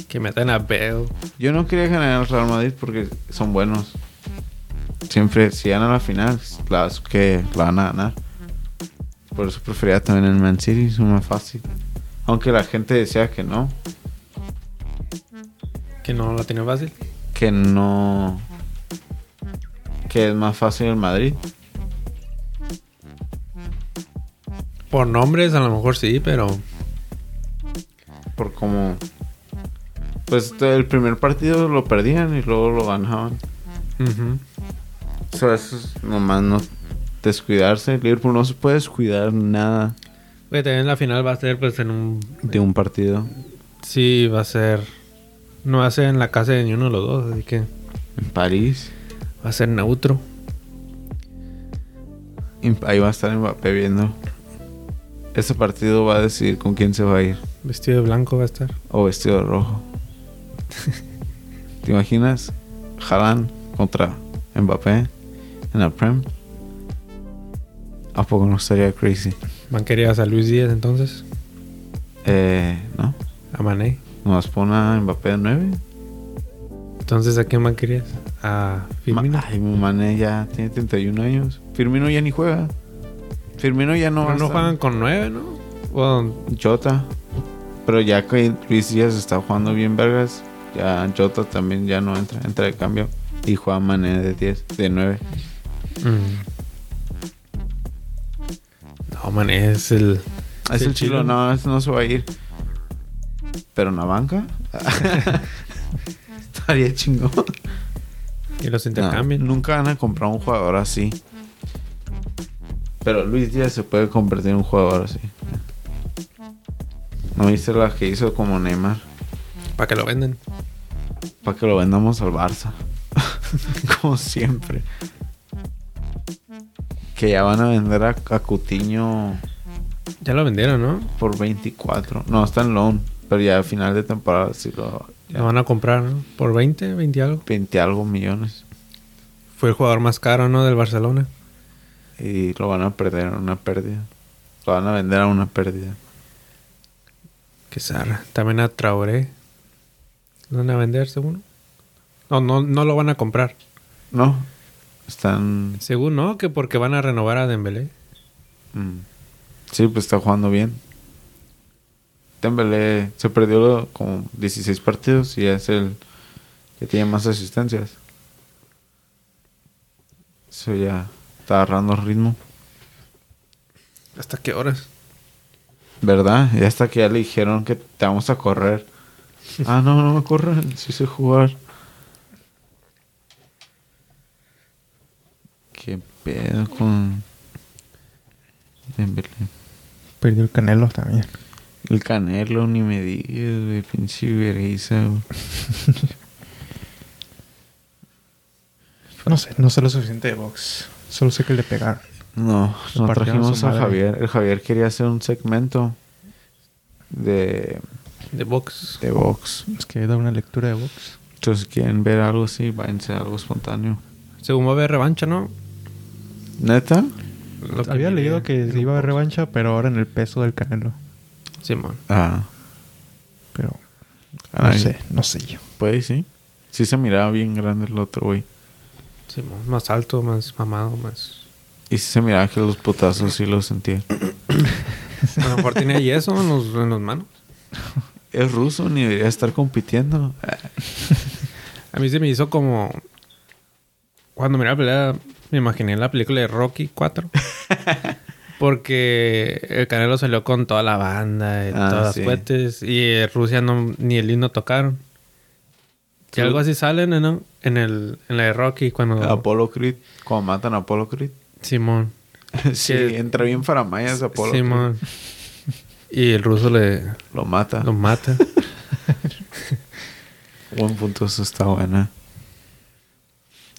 Speaker 3: Que metan a Bale.
Speaker 2: Yo no quería ganar el Real Madrid porque son buenos. Siempre, si ganan la final, las que la van a ganar. Por eso prefería también el Man City, es más fácil. Aunque la gente decía que no,
Speaker 3: Que no la tiene fácil.
Speaker 2: que no. que es más fácil el Madrid.
Speaker 3: Por nombres a lo mejor sí, pero
Speaker 2: Por como. Pues el primer partido lo perdían y luego lo ganaban.
Speaker 3: ujú,
Speaker 2: O sea, eso es nomás no descuidarse. Liverpool no se puede descuidar nada
Speaker 3: Güey, también la final va a ser pues en un...
Speaker 2: de un partido.
Speaker 3: Sí, va a ser... No va a ser en la casa de ninguno de los dos, así que
Speaker 2: En París.
Speaker 3: va a ser neutro.
Speaker 2: Y Ahí va a estar Mbappé viendo. Ese partido va a decidir con quién se va a ir.
Speaker 3: Vestido de blanco va a estar.
Speaker 2: O vestido
Speaker 3: <laughs>
Speaker 2: de rojo. ¿Te imaginas? Jalan contra Mbappé en la Prem. ¿A poco no estaría crazy?
Speaker 3: Banquerías a Luis Díaz entonces.
Speaker 2: Eh, ¿no?
Speaker 3: A Mané.
Speaker 2: Nos pone a Mbappé de 9.
Speaker 3: Entonces, ¿a quién banquerías? A Firmino.
Speaker 2: Ay, mi mané ya tiene 31 años. Firmino ya ni juega. Firmino ya no
Speaker 3: Pero
Speaker 2: va a
Speaker 3: no
Speaker 2: estar.
Speaker 3: juegan con nueve, ¿no? Bueno,
Speaker 2: Jota. Pero ya que Luis Díaz está jugando bien vergas, ya Jota también ya no entra, entra de cambio. Y juega Mané de 10, de 9.
Speaker 3: mm. No, Mané es el...
Speaker 2: Es
Speaker 3: Sí,
Speaker 2: el chilo,
Speaker 3: chilo.
Speaker 2: no, ese no se va a ir. Pero en la banca. <laughs> Estaría chingón.
Speaker 3: Y los
Speaker 2: No,
Speaker 3: intercambian.
Speaker 2: nunca van a comprar un jugador así. Pero Luis Díaz se puede convertir en un jugador así. ¿No viste la que hizo como Neymar?
Speaker 3: Para que lo venden.
Speaker 2: Para que lo vendamos al Barça. <laughs> Como siempre. Que ya van a vender a, a Cutiño
Speaker 3: Ya lo vendieron, ¿no?
Speaker 2: por 24. No, está en loan. Pero ya al final de temporada sí lo.
Speaker 3: Lo van a comprar, ¿no? Por 20, 20 algo.
Speaker 2: 20 algo millones.
Speaker 3: Fue el jugador más caro, ¿no? Del Barcelona.
Speaker 2: Y lo van a perder a una pérdida. Lo van a vender a una pérdida.
Speaker 3: Que zarra. También a Traoré. ¿Lo van a vender, según? No, no, no lo van a comprar.
Speaker 2: No. Están.
Speaker 3: Según no, que porque van a renovar a Dembélé.
Speaker 2: mm, Sí, pues está jugando bien. Dembélé se perdió lo- como 16 partidos y es el que tiene más asistencias. Eso ya está agarrando ritmo.
Speaker 3: ¿Hasta qué horas?
Speaker 2: ¿Verdad? Y hasta que ya le dijeron que te vamos a correr. Ah, no, no me corran. Sí sé jugar. Qué pedo con... Dembélé.
Speaker 1: Perdió el Canelo también.
Speaker 2: El Canelo, ni me digas, güey. Pinche vergüenza, güey.
Speaker 1: No sé, no sé lo suficiente de box. Solo sé que le pegaron.
Speaker 2: No,
Speaker 1: Le
Speaker 2: no
Speaker 1: partieron
Speaker 2: trajimos
Speaker 1: su
Speaker 2: a
Speaker 1: madre.
Speaker 2: Javier. El Javier quería hacer un segmento de,
Speaker 3: De box.
Speaker 2: de box.
Speaker 1: Es que da una lectura de box.
Speaker 2: Entonces, pues, quieren ver algo así, váyanse a algo espontáneo.
Speaker 3: Según va a haber revancha, ¿no?
Speaker 2: ¿Neta?
Speaker 3: Lo que
Speaker 1: Había
Speaker 3: miré
Speaker 1: leído que
Speaker 3: en
Speaker 1: se iba a
Speaker 3: un
Speaker 1: haber
Speaker 3: box.
Speaker 1: revancha, pero ahora en el peso del Canelo.
Speaker 3: Simón.
Speaker 2: Ah.
Speaker 1: Pero no
Speaker 2: Ay.
Speaker 1: sé, no sé yo.
Speaker 2: Puede, Pues, sí. Sí se miraba bien grande el otro, güey.
Speaker 3: Simón. Más alto, más mamado, más.
Speaker 2: Y sí se miraba que los potazos sí los sentía.
Speaker 3: A lo mejor tiene yeso en los, en los manos.
Speaker 2: Es ruso, ni debería estar compitiendo. Ah,
Speaker 3: A mí se me hizo como. Cuando miré la pelea, me imaginé la película de Rocky
Speaker 2: <laughs>
Speaker 3: 4. Porque el Canelo salió con toda la banda y
Speaker 2: Ah,
Speaker 3: todas
Speaker 2: sí.
Speaker 3: las cohetes. Y eh, Rusia no, ni el himno tocaron. Y
Speaker 2: Sí.
Speaker 3: algo así salen ¿no? en, el, en la de Rocky cuando.
Speaker 2: Apolo Creed. Cuando matan a Apolo Creed.
Speaker 3: Simón.
Speaker 2: sí,
Speaker 3: Que-
Speaker 2: entra bien faramayas Apolo Creed. <laughs>
Speaker 3: Simón. Y el ruso le
Speaker 2: <laughs> Lo mata.
Speaker 3: lo mata.
Speaker 2: Buen punto, eso está buena.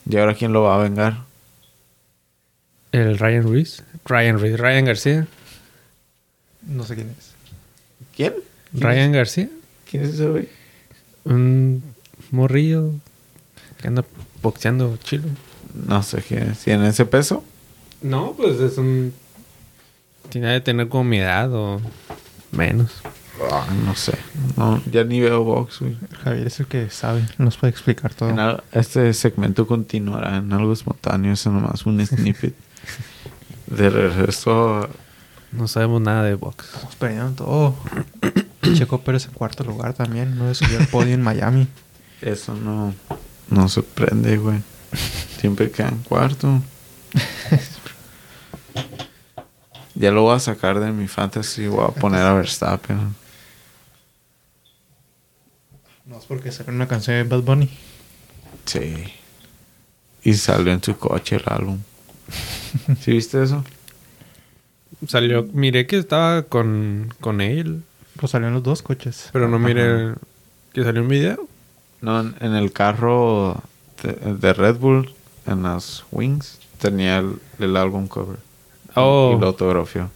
Speaker 2: ¿Y ahora quién lo va a vengar?
Speaker 3: ¿El Ryan Ruiz? Ryan Ruiz. ¿Ryan García?
Speaker 1: No sé quién es.
Speaker 2: ¿Quién?
Speaker 3: ¿Ryan García?
Speaker 2: ¿Quién es ese güey?
Speaker 3: Un morrillo que anda boxeando chilo.
Speaker 2: No sé quién es. ¿Tiene ese peso?
Speaker 3: No, pues es un... Tiene de tener como mi edad o menos.
Speaker 2: Ah, no sé. No, ya ni veo box, güey.
Speaker 1: Javier es el que sabe, nos puede explicar todo.
Speaker 2: En al- Este segmento continuará en algo espontáneo, eso nomás <laughs> un snippet. De regreso,
Speaker 3: No sabemos nada de box.
Speaker 1: Estamos perdiendo todo. <coughs> Checo Pérez en cuarto lugar también. No le subió al podio en Miami.
Speaker 2: eso no, no sorprende, güey. Siempre queda en <laughs> cuarto. Ya lo voy a sacar de mi fantasy, voy a poner a Verstappen.
Speaker 1: No es porque sacó una canción de Bad Bunny.
Speaker 2: Sí. Y salió en su coche el
Speaker 3: <laughs>
Speaker 2: álbum. ¿Sí viste eso?
Speaker 3: Salió... Miré que estaba con, con él,
Speaker 1: Pues salió en los dos coches.
Speaker 3: pero no miré que salió un video.
Speaker 2: No, en, en el carro de, de Red Bull, en las Wings, tenía el, el álbum cover.
Speaker 3: Oh.
Speaker 2: Y lo autografió.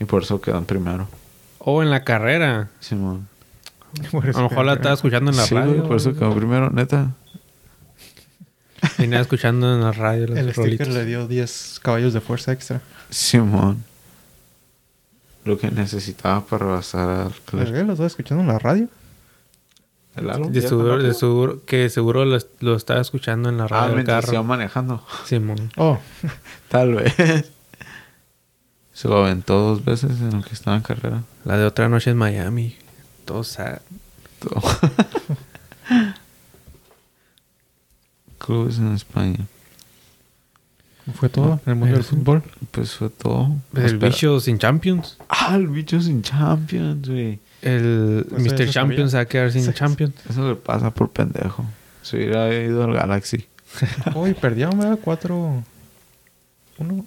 Speaker 2: Y por eso quedó en primero.
Speaker 3: O en la carrera.
Speaker 2: Simón.
Speaker 1: <laughs> Por
Speaker 3: A
Speaker 1: eso
Speaker 3: lo mejor la
Speaker 1: que-
Speaker 3: estaba escuchando en la
Speaker 2: Sí,
Speaker 3: radio.
Speaker 2: güey, por eso quedó primero, neta.
Speaker 3: Venía escuchando en la radio los
Speaker 1: El sticker
Speaker 3: rolitos.
Speaker 1: le dio 10 caballos de fuerza extra.
Speaker 2: Simón. Lo que necesitaba para pasar al
Speaker 1: ¿Por
Speaker 2: Clerc.
Speaker 1: qué ¿eh? lo estaba escuchando en la radio?
Speaker 2: El álbum.
Speaker 3: De
Speaker 2: ya
Speaker 3: seguro,
Speaker 2: está.
Speaker 3: de seguro, que seguro lo, lo estaba escuchando en la
Speaker 2: Ah,
Speaker 3: radio del
Speaker 2: mientras iba
Speaker 3: carro.
Speaker 2: manejando. <laughs>
Speaker 3: Simón.
Speaker 1: Oh,
Speaker 2: Tal vez. Se lo aventó dos veces en lo que estaba en carrera.
Speaker 3: La de otra noche en Miami. Todo sad.
Speaker 2: <laughs> Todo. Clubes en España.
Speaker 1: fue todo en el mundo del fútbol.
Speaker 2: Pues fue todo.
Speaker 3: El
Speaker 2: Espera.
Speaker 3: bicho sin Champions.
Speaker 2: Ah, el bicho sin Champions, güey.
Speaker 3: El
Speaker 1: Pues eso
Speaker 3: Mr.
Speaker 1: no
Speaker 3: Champions se
Speaker 1: sabía.
Speaker 3: va a quedar sin
Speaker 1: Sí.
Speaker 3: Champions.
Speaker 2: Eso le pasa por pendejo. Se hubiera ido al Galaxy.
Speaker 1: Hoy perdieron, ¿verdad? 4 1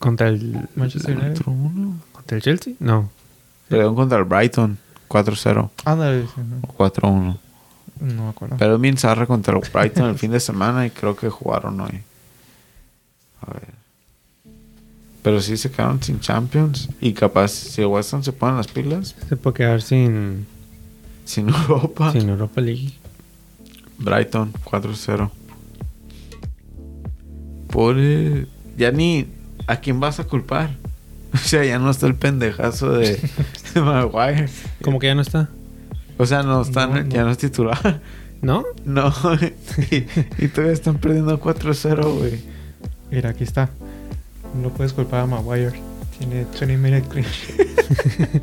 Speaker 3: Contra el,
Speaker 1: Manchester United.
Speaker 2: Otro uno.
Speaker 3: contra el Chelsea. No.
Speaker 2: Perdieron contra el Brighton. 4-0
Speaker 1: Ándale, sí, no,
Speaker 2: o 4-1.
Speaker 1: no me acuerdo.
Speaker 2: Pero Minzarra contra el Brighton el fin de semana y creo que jugaron hoy. A ver. Pero sí se quedaron sin Champions. Y capaz, si el West Ham se ponen las pilas,
Speaker 3: Se puede quedar sin,
Speaker 2: sin <laughs> Europa.
Speaker 3: sin Europa League.
Speaker 2: Brighton 4-0. Pobre. Ya ni. ¿A quién vas a culpar? <laughs> O sea, ya no está el pendejazo de, de Maguire.
Speaker 3: Como que ya no está.
Speaker 2: O sea, no están,
Speaker 1: No, no.
Speaker 2: ya no es titular. <laughs>
Speaker 3: ¿No?
Speaker 2: No. <laughs> y, y todavía están perdiendo 4-0, güey.
Speaker 1: Mira, aquí está. No puedes culpar a Maguire. Tiene 20 minute clean sheet.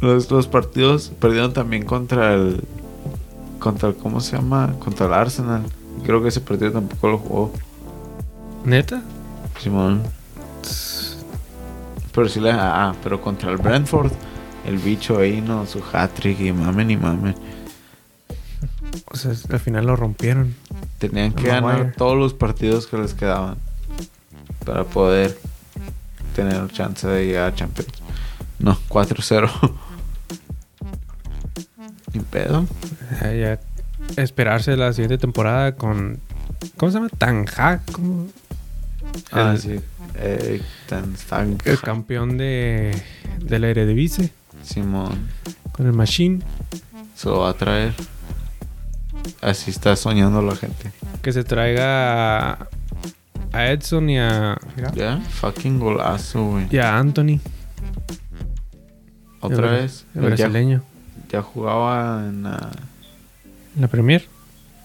Speaker 2: Los, los partidos perdieron también contra el. Contra el. ¿Cómo se llama? Contra el Arsenal. Creo que ese partido tampoco lo jugó.
Speaker 3: ¿Neta?
Speaker 2: Simón. Pero sí le. Ah, pero contra el Brentford. El bicho ahí, no, su hat-trick y mamen y mamen.
Speaker 3: O sea, al final lo rompieron.
Speaker 2: Tenían que
Speaker 3: Maguire.
Speaker 2: ganar todos los partidos que les quedaban. Para poder tener chance de llegar a Champions. No, 4-0. <laughs> Ni pedo.
Speaker 3: Eh, Ya esperarse la siguiente temporada con. ¿Cómo se llama? Tanja. ¿Cómo?
Speaker 2: Ah,
Speaker 3: El-
Speaker 2: sí. Eh, tan, tan-
Speaker 3: El campeón de, de la Eredivisie
Speaker 2: Simón.
Speaker 3: con el Machine.
Speaker 2: Se lo va a traer. Así está soñando la gente.
Speaker 3: Que se traiga a, a Edson y a,
Speaker 1: Mira. <laughs>
Speaker 2: Ya, fucking golazo, güey.
Speaker 3: y a Anthony.
Speaker 2: Otra
Speaker 3: el-
Speaker 2: vez.
Speaker 3: El
Speaker 2: ya,
Speaker 3: brasileño.
Speaker 2: ya jugaba en. ah,
Speaker 3: En la Premier.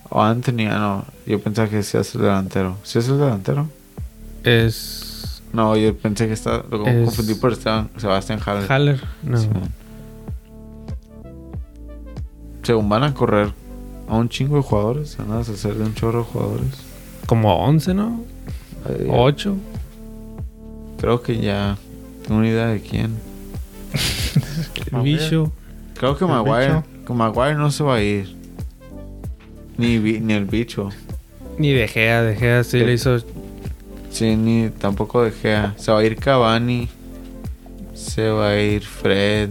Speaker 2: o Anthony, ah, no. Yo pensaba que sí es el delantero. ¿Sí es el delantero?
Speaker 3: Es.
Speaker 2: No, yo pensé que está. Lo
Speaker 3: Es-
Speaker 2: confundí por Esteban- Sebastián Haller.
Speaker 3: Haller. No.
Speaker 2: Simón. Según van a correr a un chingo de jugadores, van a hacer de un chorro de jugadores.
Speaker 3: Como 11, ¿no?
Speaker 2: Ay,
Speaker 3: 8.
Speaker 2: Creo que ya tengo una idea de quién.
Speaker 1: A ver.
Speaker 3: Bicho.
Speaker 2: Creo que
Speaker 1: El
Speaker 2: Maguire, que Maguire no se va a ir. Ni, bi- ni el bicho.
Speaker 3: Ni De Gea. De Gea sí
Speaker 2: Sí.
Speaker 3: le hizo.
Speaker 2: Sí, ni tampoco de Gea. Se va a ir Cavani. Se va a ir Fred.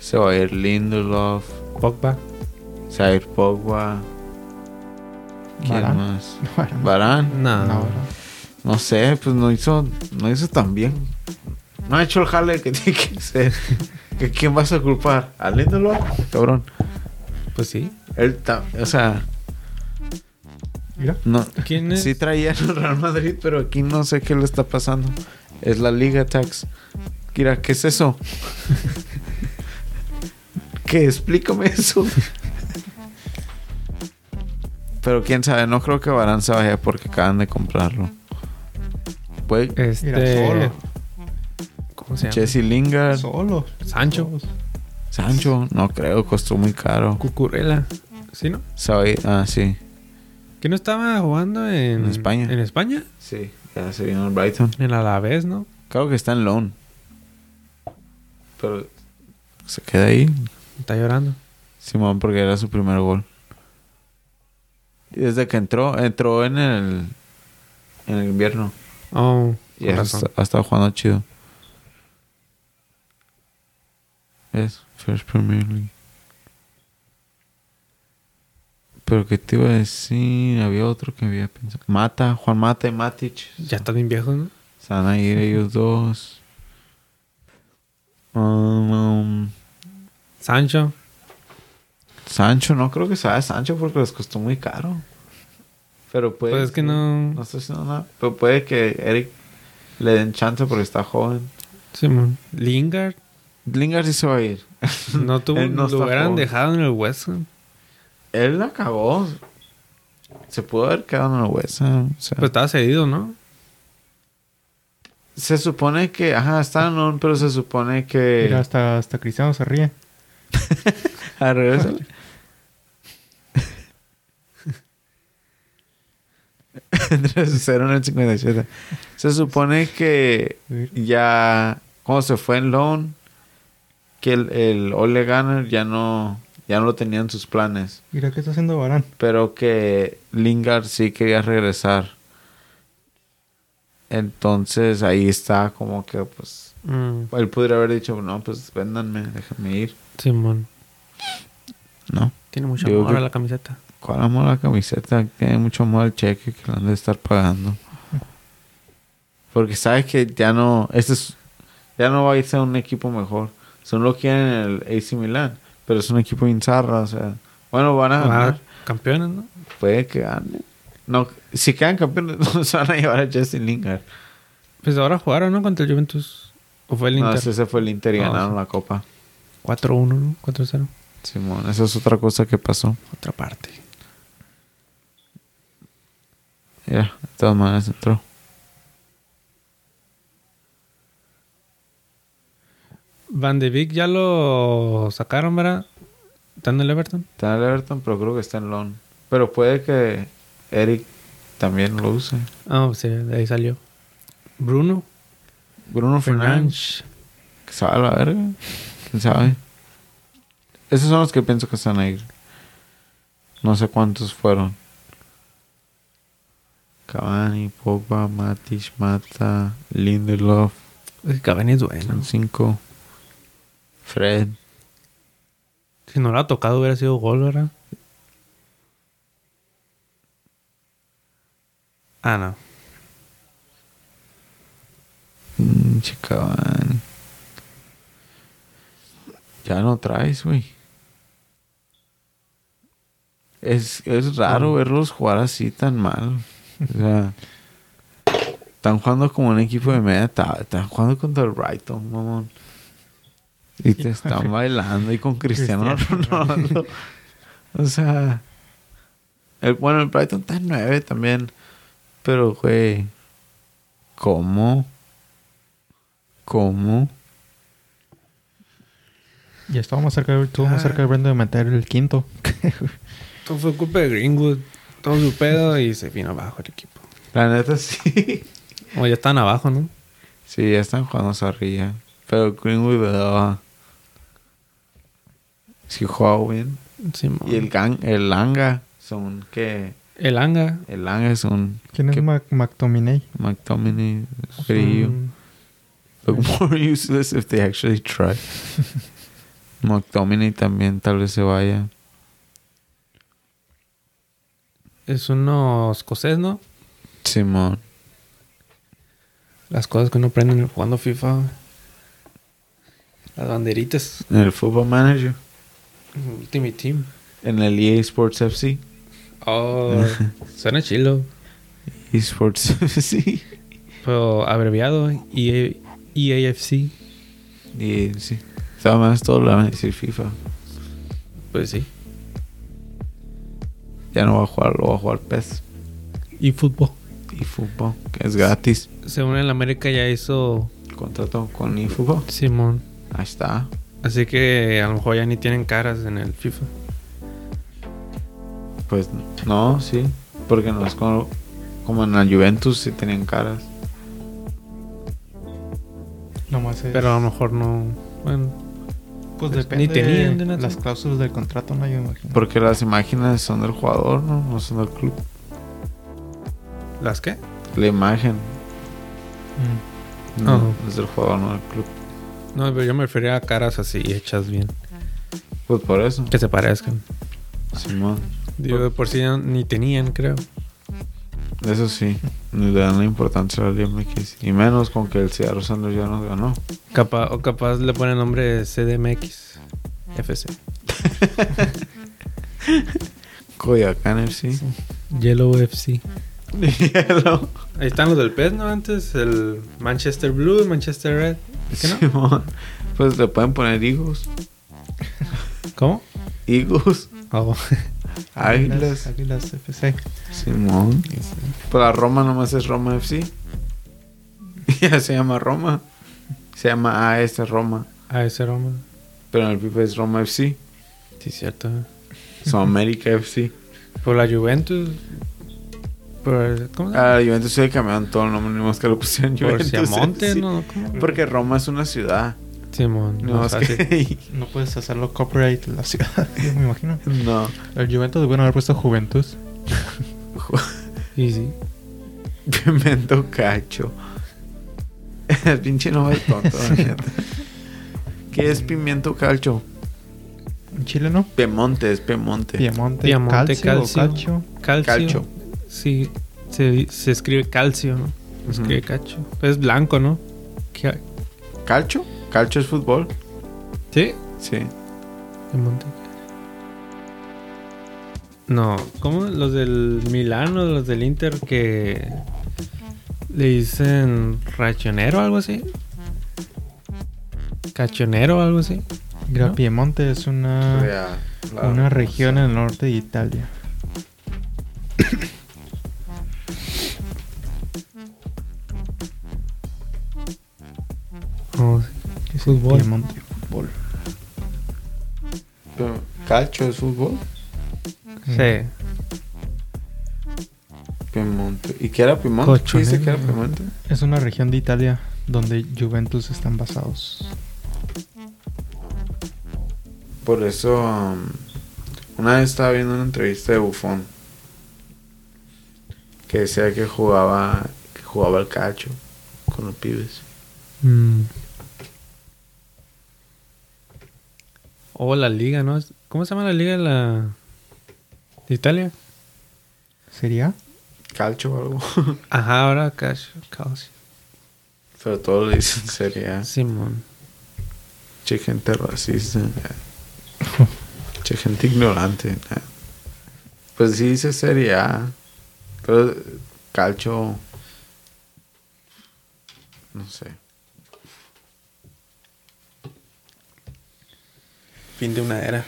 Speaker 2: Se va a ir Lindelof.
Speaker 3: Pogba.
Speaker 2: Zaire Pogba. ¿Quién
Speaker 1: Varane.
Speaker 2: más?
Speaker 1: Varane.
Speaker 2: Barán.
Speaker 1: No,
Speaker 3: No.
Speaker 1: Varane.
Speaker 2: No sé, pues no hizo, no hizo tan bien. No ha hecho el jale que <laughs> tiene que hacer. ¿Que ¿Quién vas a culpar? ¿A Lindelof? Cabrón.
Speaker 3: Pues sí.
Speaker 2: Él ta- o sea,
Speaker 1: Mira.
Speaker 2: no.
Speaker 3: ¿Quién es?
Speaker 2: Sí traía el Real Madrid, pero aquí no sé qué le está pasando. Es la Liga Tax. Kira, ¿qué es eso? <laughs> ¿Qué? Explícame eso. Pero quién sabe, no creo que Barán se vaya porque acaban de comprarlo. Puede
Speaker 3: Este.
Speaker 1: Mira, solo.
Speaker 3: ¿Cómo se llama?
Speaker 2: Jesse Lingard,
Speaker 1: Solo.
Speaker 3: Sancho.
Speaker 1: Solos.
Speaker 2: Sancho, no creo, costó muy caro.
Speaker 3: Cucurella. ¿Sí, no?
Speaker 2: Sabe- ah, sí.
Speaker 3: ¿Que no estaba jugando en.
Speaker 2: En España.
Speaker 3: En España.
Speaker 2: Sí, ya se vino el Brighton.
Speaker 3: En Alavés, ¿no?
Speaker 2: Creo que está en loan. Pero se queda ahí.
Speaker 3: Está llorando.
Speaker 2: Simón, porque era su primer gol. Y desde que entró, entró en el, en el invierno.
Speaker 3: Oh,
Speaker 2: Y
Speaker 3: con
Speaker 2: ha,
Speaker 3: razón.
Speaker 2: ha estado jugando chido. Es First Premier League. Pero que te iba a decir, había otro que había pensado. Mata, Juan Mata y Matic.
Speaker 3: Ya están bien viejos, ¿no?
Speaker 2: Se van a ir ellos dos. Um,
Speaker 3: Sancho.
Speaker 2: Sancho, no creo que sea Sancho porque les costó muy caro. Pero puede.
Speaker 3: Pues es que no-
Speaker 2: No estoy haciendo nada. Pero puede que Eric le den chance porque está joven.
Speaker 3: Simón. Lingard.
Speaker 2: Lingard sí se va a ir.
Speaker 3: No tuvo.
Speaker 2: Él no
Speaker 3: lo
Speaker 2: está
Speaker 3: hubieran
Speaker 2: joven.
Speaker 3: dejado en el West Ham.
Speaker 2: Él la acabó. Se pudo haber quedado en el West Ham, o sea.
Speaker 3: Pero estaba cedido, ¿no?
Speaker 2: se supone que. Ajá, está en un, pero se supone que.
Speaker 1: Mira, hasta, hasta Cristiano se ríe.
Speaker 2: Ah, regrésale. Entre el 0 en el 57. Se supone que ya cuando se fue en loan, que el, el Ole Gunner ya no, ya no lo tenía en sus planes.
Speaker 1: Mira, ¿qué está haciendo Varane?
Speaker 2: Pero que Lingard sí quería regresar. Entonces ahí está como que pues...
Speaker 3: Mm,
Speaker 2: Él podría haber dicho, no, pues véndanme, déjenme ir.
Speaker 3: Simón.
Speaker 2: No.
Speaker 3: Tiene mucho
Speaker 2: Yo
Speaker 3: amor
Speaker 2: creo-
Speaker 3: a la camiseta.
Speaker 2: ¿Cuál amor a la camiseta? Tiene mucho amor al cheque que le han de estar pagando. Porque sabes que ya no. Este es, ya no va a irse a un equipo mejor. Son lo quieren en el AC Milan. Pero es un equipo inzarra, o sea. Bueno, van a
Speaker 3: Ah,
Speaker 2: ganar.
Speaker 3: campeones, ¿no?
Speaker 2: Puede que ganen. No, si quedan campeones, <laughs> no se van a llevar a Justin Lingard.
Speaker 3: Pues ahora jugaron, ¿no? Contra el Juventus. O fue el
Speaker 2: No,
Speaker 3: Inter.
Speaker 2: ese se fue el Inter y
Speaker 3: No,
Speaker 2: ganaron
Speaker 3: sí.
Speaker 2: la copa.
Speaker 3: 4-1, ¿no? 4-0.
Speaker 2: Simón, esa es otra cosa que pasó.
Speaker 3: Otra parte.
Speaker 2: Ya, de todas maneras entró.
Speaker 3: Van de Beek ya lo sacaron, ¿verdad? Está en el Everton.
Speaker 2: Está en el Everton, pero creo que está en Lon. Pero puede que Eric también lo use.
Speaker 3: Ah, sí, de ahí salió. Bruno
Speaker 2: Bruno Fernández.
Speaker 3: Fernandes.
Speaker 2: Que sabe la verga. ¿Quién sabe? Esos son los que pienso que están ahí. No sé cuántos fueron. Cavani, Pogba, Matic, Mata, Lindelof.
Speaker 3: Es que Cavani es bueno.
Speaker 2: Son cinco. Fred.
Speaker 3: Si no lo ha tocado hubiera sido gol, ¿verdad? Ah, no.
Speaker 2: Pinche Cavani. Ya no traes, güey. Es, es raro verlos jugar así tan mal. O sea, están jugando como un equipo de media tabla. Están jugando contra el Brighton, mamón. Y te están bailando y con Cristiano Ronaldo. O sea, el, bueno, el Brighton está en 9 también. Pero, güey, ¿cómo? ¿Cómo?
Speaker 1: Ya estábamos cerca, de- estuvo más cerca de Brendo de meter el quinto. <laughs>
Speaker 3: Todo fue culpa de Greenwood. Todo su pedo y se vino abajo el equipo.
Speaker 2: La neta sí.
Speaker 3: O ya están abajo, ¿no?
Speaker 2: <laughs> Sí, ya están jugando Zarrilla. Pero Greenwood le daba. Sí, jugaba bien.
Speaker 3: Sí, mo-
Speaker 2: Y el, gang, el Langa, son que.
Speaker 3: El Anga.
Speaker 2: El Langa es un.
Speaker 1: ¿Quién es
Speaker 2: que-
Speaker 1: Mac McTominay?
Speaker 2: McTominay, es grillo.
Speaker 3: Mm,
Speaker 2: <laughs> Look more useless if they actually try. McTominay también tal vez se vaya.
Speaker 3: Es uno escocés, ¿no?
Speaker 2: Simón.
Speaker 3: Las cosas que uno aprende jugando FIFA. güey. Las banderitas.
Speaker 2: En el Football Manager.
Speaker 3: Ultimate Team.
Speaker 2: En el EA Sports FC. <laughs>
Speaker 3: Oh, suena chilo.
Speaker 2: E Esports <laughs> FC.
Speaker 3: Pero abreviado, E EA, EAFC.
Speaker 2: Y sí. Está más todo lo van a decir FIFA.
Speaker 3: Pues sí.
Speaker 2: Ya no va a jugar, lo va a jugar PES
Speaker 3: Y fútbol.
Speaker 2: y fútbol, que es gratis.
Speaker 3: Según el América ya hizo
Speaker 2: Contrato con eFootball.
Speaker 3: Simón.
Speaker 2: Ahí está.
Speaker 3: Así que a lo mejor ya ni tienen caras en el FIFA.
Speaker 2: Pues no, sí. Porque no es como, como en la Juventus sí tenían caras.
Speaker 1: Nomás es-
Speaker 3: Pero a lo mejor no. Bueno,
Speaker 1: pues
Speaker 3: pues,
Speaker 1: depende
Speaker 3: ni tenían de nada.
Speaker 1: las cláusulas del contrato, no yo me imagino.
Speaker 2: Porque las imágenes son del jugador, ¿no? No son del club.
Speaker 3: ¿las qué?
Speaker 2: La imagen
Speaker 1: Mm.
Speaker 2: no,
Speaker 3: Ajá.
Speaker 2: es del jugador, no del club.
Speaker 3: No, pero yo me refería a caras así hechas bien.
Speaker 2: Pues por eso.
Speaker 3: Que se parezcan.
Speaker 2: Simón.
Speaker 3: Yo de por sí ya ni tenían, creo.
Speaker 2: Eso sí. No le dan la importancia a la Liga MX. Y menos con que el Seattle Sanders ya nos ganó.
Speaker 3: Capaz, o capaz le ponen nombre CDMX. FC.
Speaker 2: Coyacán FC. <laughs>
Speaker 3: Yellow FC.
Speaker 2: Hielo.
Speaker 3: Ahí están los del PES, ¿no? Antes, el Manchester Blue, el Manchester Red. ¿Qué no?
Speaker 2: Simón. Pues le pueden poner higos.
Speaker 3: ¿Cómo?
Speaker 2: Higos.
Speaker 3: <laughs> Oh.
Speaker 2: Águilas.
Speaker 1: Águilas FC.
Speaker 2: Simón. Pero la Roma nomás es Roma FC. <laughs> Ya se llama Roma. Se llama AS Roma.
Speaker 3: Ah, ese Roma.
Speaker 2: Pero en el FIFA es Roma FC.
Speaker 3: Sí, cierto.
Speaker 2: Son América FC.
Speaker 3: Por la Juventus. Por, ¿Cómo se llama?
Speaker 2: A la Juventus se le cambiaron todo el nombre, ni más que lo pusieron
Speaker 3: por
Speaker 2: Ah, Juventus.
Speaker 3: Siamonte,
Speaker 2: FC.
Speaker 3: ¿no? ¿Cómo?
Speaker 2: Porque Roma es una ciudad.
Speaker 3: Simón.
Speaker 2: No,
Speaker 3: No,
Speaker 2: es
Speaker 3: fácil.
Speaker 2: que...
Speaker 1: No puedes hacerlo copyright en la ciudad, <laughs> yo me imagino.
Speaker 2: <laughs> no.
Speaker 1: El Juventus, bueno, haber puesto Juventus.
Speaker 3: Y sí.
Speaker 2: Pimento cacho. <laughs> El pinche no es tonto, la neta. ¿Qué es pimiento calcho?
Speaker 1: En Chile, ¿no?
Speaker 2: Piemonte, es Piemonte.
Speaker 1: Piemonte,
Speaker 3: Piemonte,
Speaker 1: calcio, o
Speaker 3: calcio. Calcio.
Speaker 2: <laughs> Calcio.
Speaker 3: Sí, se, se escribe calcio, ¿no? Se
Speaker 2: Ujú.
Speaker 3: escribe cacho. Es blanco, ¿no? ¿Qué-
Speaker 2: ¿Calcho? ¿Calcho es fútbol?
Speaker 3: ¿Sí?
Speaker 2: Sí.
Speaker 3: Piemonte. No, ¿cómo? Los del Milano, los del Inter que le dicen racionero o algo así. Cachonero o algo así.
Speaker 1: Mira,
Speaker 3: ¿No?
Speaker 1: Piemonte es una, Ah, una región en el norte de Italia.
Speaker 3: <coughs> Oh, sí.
Speaker 1: que es
Speaker 3: Fútbol.
Speaker 1: Piemonte, fútbol.
Speaker 2: Pero, ¿Calcho es fútbol?
Speaker 3: Sí.
Speaker 2: Piemonte. ¿Y qué era Piemonte?
Speaker 3: Cocho,
Speaker 2: ¿Qué dice
Speaker 3: ¿no?
Speaker 2: que era Piemonte?
Speaker 1: Es una región de Italia donde Juventus están basados.
Speaker 2: Por eso, um, una vez estaba viendo una entrevista de Bufón que decía que jugaba, que jugaba al cacho con los pibes.
Speaker 3: Mm. O la liga, ¿no? ¿Cómo se llama la liga de la... de Italia?
Speaker 1: ¿Sería?
Speaker 2: Calcho o algo. <laughs>
Speaker 3: Ajá, ahora Calcio. Calcio.
Speaker 2: Pero todo le dicen sería
Speaker 3: Simón.
Speaker 2: che gente racista, eh, che gente ignorante. eh. Pues sí dice sería, pero calcho, no sé.
Speaker 3: Fin de una era.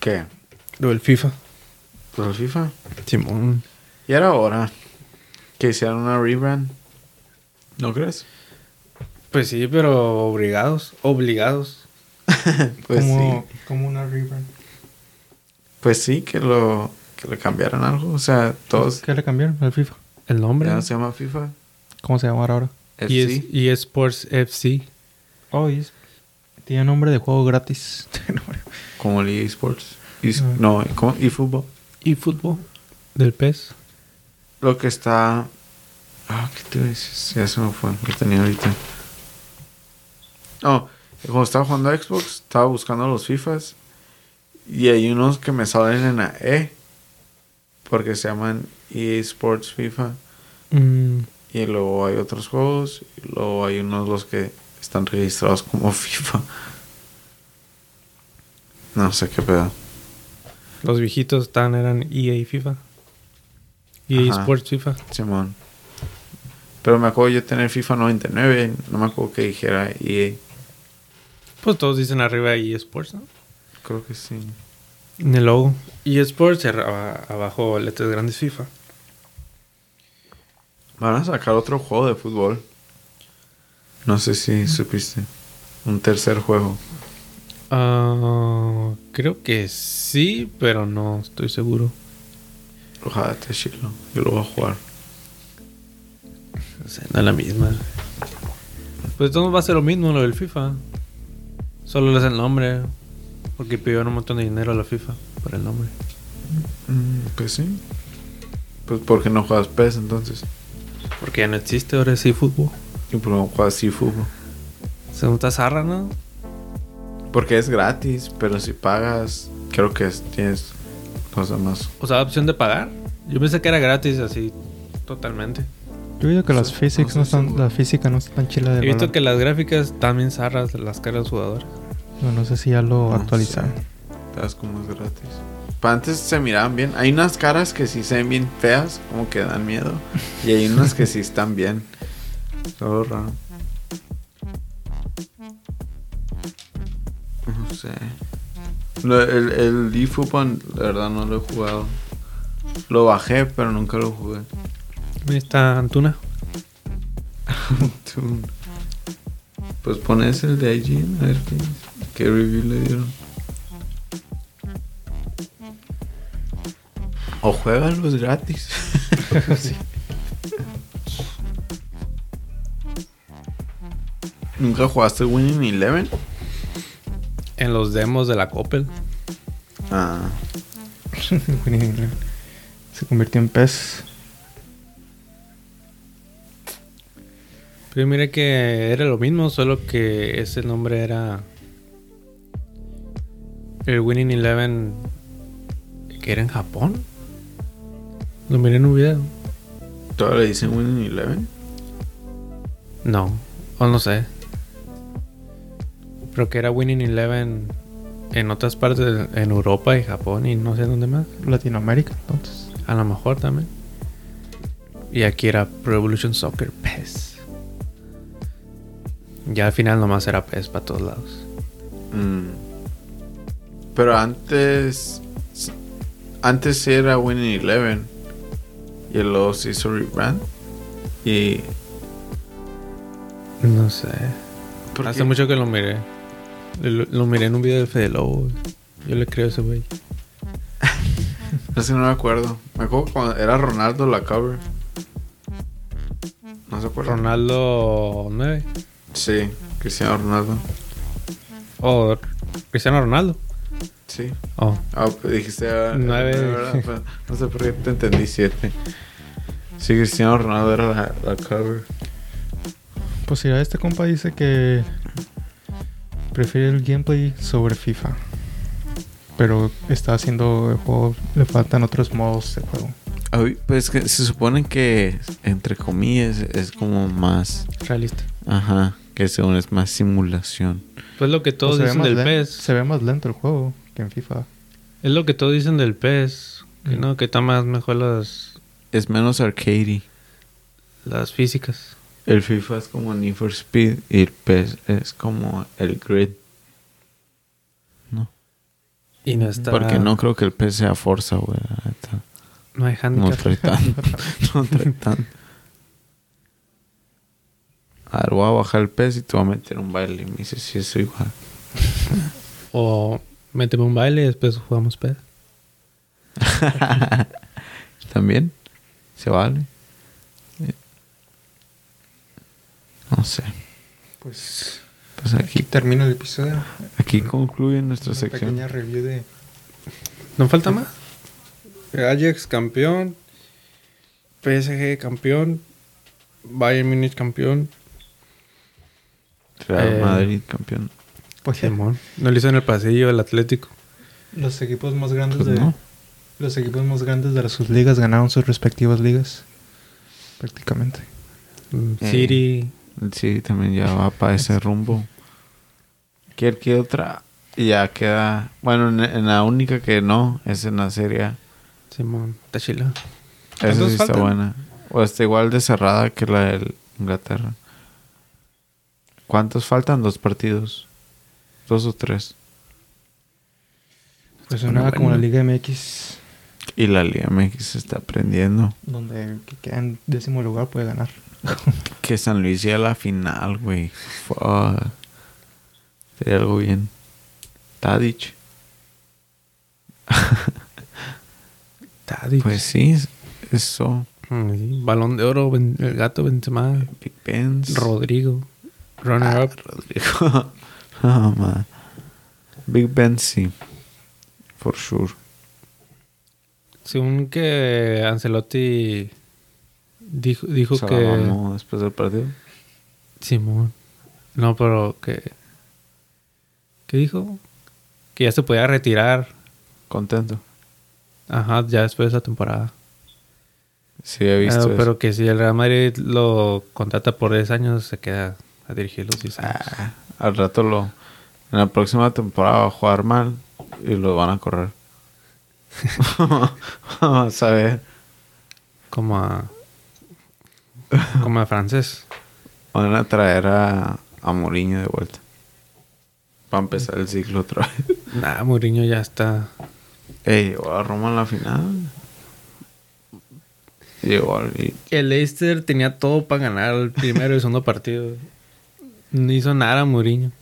Speaker 2: ¿Qué?
Speaker 3: Lo del FIFA.
Speaker 2: ¿Pero el FIFA?
Speaker 3: Simón.
Speaker 2: Y era hora que hicieran una rebrand. ¿No crees?
Speaker 3: Pues sí, pero obligados. Obligados.
Speaker 2: <laughs> Pues
Speaker 1: como,
Speaker 2: sí.
Speaker 1: como una rebrand.
Speaker 2: Pues sí, que lo, que le cambiaran algo. O sea, todos...
Speaker 1: ¿Qué le cambiaron al FIFA?
Speaker 3: El nombre.
Speaker 2: Ya no se llama FIFA.
Speaker 1: ¿Cómo se llamará ahora?
Speaker 3: y, es,
Speaker 2: FC.
Speaker 3: y es Sports FC.
Speaker 1: Oh, y es- Tiene nombre de juego gratis. <laughs>
Speaker 2: Como el EA Sports. Y,
Speaker 1: Ah.
Speaker 2: no, como eFootball.
Speaker 3: Y fútbol. Del PES.
Speaker 2: Lo que está. Ah, ¿qué te dices? Ya se me fue. Lo tenía ahorita. Oh, Cuando estaba jugando a Xbox, estaba buscando los FIFAs. Y hay unos que me salen en la E. Porque se llaman EA Sports FIFA.
Speaker 3: Mm,
Speaker 2: Y luego hay otros juegos. Y luego hay unos los que están registrados como <laughs> FIFA. No sé qué pedo.
Speaker 3: los viejitos tan eran EA y FIFA. EA
Speaker 2: Ajá.
Speaker 3: Sports FIFA.
Speaker 2: Simón. Pero me acuerdo yo tener FIFA 99. No me acuerdo que dijera E EA.
Speaker 3: Pues todos dicen arriba EA Sports, ¿no? E
Speaker 2: Creo que sí.
Speaker 3: En el logo. EA Sports y arra- abajo letras grandes FIFA.
Speaker 2: Van a sacar otro juego de fútbol. No sé si supiste. Un tercer juego.
Speaker 3: Ah, creo que sí, pero no estoy seguro.
Speaker 2: Ojalá te chilo. Yo lo voy a jugar.
Speaker 3: O sea, no es la misma. Pues todo va a ser lo mismo lo del FIFA. Solo le es el nombre. Porque pidieron un montón de dinero a la FIFA por el nombre.
Speaker 2: Mm, pues sí. Pues porque no juegas PES entonces.
Speaker 3: Porque ya no existe, ahora sí fútbol.
Speaker 2: Y por no juegas sí fútbol.
Speaker 3: Se nota zarra, ¿no?
Speaker 2: Porque es gratis, pero si pagas, creo que es- tienes los demás.
Speaker 3: O sea, opción de pagar. Yo pensé que era gratis, así, totalmente.
Speaker 1: Yo he visto que las
Speaker 2: No
Speaker 1: physics
Speaker 2: estoy
Speaker 1: no están,
Speaker 2: seguro.
Speaker 1: la física no está tan chila
Speaker 3: He
Speaker 1: del
Speaker 3: visto
Speaker 1: balón.
Speaker 3: que las gráficas también zarras de las caras de los jugadores.
Speaker 1: No, no sé si ya lo
Speaker 2: No
Speaker 1: actualizaron.
Speaker 2: sé. Te das como es gratis. Pero antes se miraban bien. Hay unas caras que sí se ven bien feas, como que dan miedo. Y hay unas que sí están bien. Todo raro. No sé. Lo- el el eFootball, la verdad, no lo he jugado. Lo bajé, pero nunca lo jugué.
Speaker 3: Ahí está Antuna.
Speaker 2: Tú. Pues pones el de IGN, a ver qué, qué review le dieron. O juegan los gratis. <laughs> ¿Nunca jugaste Winning Eleven?
Speaker 3: En los demos de la Coppel.
Speaker 2: Ah,
Speaker 1: <laughs> Se convirtió en pez.
Speaker 3: Pero Pues mira que era lo mismo, solo que ese nombre era. El Winning Eleven. que era en Japón. Lo miré en un video.
Speaker 2: ¿todavía le dicen Winning Eleven?
Speaker 3: No, o no sé. Pero que era Winning Eleven en otras partes, en Europa y Japón y no sé dónde más.
Speaker 1: Latinoamérica, entonces.
Speaker 3: A lo mejor también. Y aquí era Pro Evolution Soccer PES. Ya al final nomás era PES para todos lados.
Speaker 2: Mm. Pero antes. Antes era Winning Eleven. Y luego se hizo Rebrand. Y.
Speaker 3: No sé.
Speaker 2: ¿por
Speaker 3: Hace
Speaker 2: qué?
Speaker 3: mucho que lo miré. Lo, lo miré en un video de Fede Lobo. güey. Yo le creo a ese güey.
Speaker 2: No sé, no me acuerdo. Me acuerdo cuando era Ronaldo la cover. ¿No se acuerda?
Speaker 3: Ronaldo 9.
Speaker 2: Sí, Cristiano Ronaldo.
Speaker 3: O Cristiano Ronaldo.
Speaker 2: Sí.
Speaker 3: Oh.
Speaker 2: Ah, pues dijiste. ah,
Speaker 3: Nueve.
Speaker 2: eh, ¿verdad? Pues, No sé por qué te entendí siete. Sí, Cristiano Ronaldo era la, la cover.
Speaker 1: Pues mira, este compa dice que prefiere el gameplay sobre FIFA. Pero está haciendo el juego, le faltan otros modos de juego.
Speaker 2: Ay, pues que se supone que, entre comillas, es como más.
Speaker 3: Realista.
Speaker 2: Ajá, que según es más simulación.
Speaker 3: Pues lo que todos
Speaker 1: Pues se ve
Speaker 3: dicen
Speaker 1: más
Speaker 3: del
Speaker 1: len-
Speaker 3: PES.
Speaker 1: Se ve más lento el juego que en FIFA.
Speaker 3: Es lo que todos dicen del PES. Que
Speaker 1: Mm.
Speaker 3: no, que está más mejor las,
Speaker 2: Es menos arcade.
Speaker 3: las físicas.
Speaker 2: El FIFA es como Need for Speed y el PES es como el Grid. No.
Speaker 3: Y no está.
Speaker 2: Porque no creo que el PES sea Forza, güey. la neta.
Speaker 3: No hay
Speaker 2: No
Speaker 3: handicap.
Speaker 2: trae tanto. <laughs> no trae tanto. A ver, voy a bajar el PES y te voy a meter un baile. Y me dices si es igual.
Speaker 3: O méteme un baile y después jugamos PES.
Speaker 2: <laughs> También se vale. No sé.
Speaker 1: Pues
Speaker 2: Pues aquí,
Speaker 1: termina el episodio.
Speaker 2: aquí concluye nuestra sección.
Speaker 1: review de
Speaker 3: ¿No falta más? Ajax campeón. PSG campeón. Bayern Munich campeón.
Speaker 2: Real
Speaker 3: Eh,
Speaker 2: Madrid campeón.
Speaker 1: Pues
Speaker 3: Simón. No lo hizo en el pasillo el Atlético.
Speaker 1: los equipos más grandes
Speaker 2: Pues
Speaker 1: de
Speaker 2: no.
Speaker 1: los equipos más grandes de sus ligas ganaron sus respectivas ligas prácticamente.
Speaker 3: Mm,
Speaker 2: Eh.
Speaker 3: City.
Speaker 2: Sí, también ya va para ese rumbo. ¿Qué, qué otra? Y ya queda. Bueno, en, en la única que no es en la serie. A.
Speaker 3: Simón. Está chila.
Speaker 2: Esa sí
Speaker 1: ¿Cuántos
Speaker 2: está
Speaker 1: faltan?
Speaker 2: buena. O está igual de cerrada que la de Inglaterra. ¿Cuántos faltan? Dos partidos. Dos o tres.
Speaker 1: Pues
Speaker 2: Bueno,
Speaker 1: nada como
Speaker 2: bueno.
Speaker 1: la Liga MX
Speaker 2: Y la Liga MX se está aprendiendo.
Speaker 1: donde el que queda en décimo lugar puede ganar.
Speaker 2: Que San Luis llegue a la final, güey. Fuck. Sería algo bien. Tadic.
Speaker 3: Tadic.
Speaker 2: Pues sí, eso.
Speaker 3: Mm, sí. Balón de oro. Ben- el gato Benzema.
Speaker 2: Big Benz.
Speaker 3: Rodrigo. Runner
Speaker 2: Ah,
Speaker 3: up.
Speaker 2: Rodrigo. <laughs> Ah, man. Big Ben sí. For sure.
Speaker 3: Según que Ancelotti dijo, dijo
Speaker 2: Se la
Speaker 3: que...
Speaker 2: mamó después del partido.
Speaker 3: Simón. No, pero que... ¿Qué dijo? Que ya se podía retirar.
Speaker 2: Contento.
Speaker 3: Ajá, ya después de esa temporada.
Speaker 2: Sí, he
Speaker 3: Ah,
Speaker 2: visto eso.
Speaker 3: pero que si el Real Madrid lo contrata por 10 años, se queda a dirigir los 10 años.
Speaker 2: Ah, al rato lo... En la próxima temporada va a jugar mal y lo van a correr. <laughs> Vamos a ver.
Speaker 3: Como a... Como a francés.
Speaker 2: Van a traer a, a Mourinho de vuelta. Va a empezar el ciclo otra vez. <laughs>
Speaker 3: Nah, Mourinho ya está...
Speaker 2: Ey, llegó a Roma en la final. Llegó al... y-
Speaker 3: El Leicester tenía todo para ganar el primero y el segundo partido. No hizo nada Mourinho.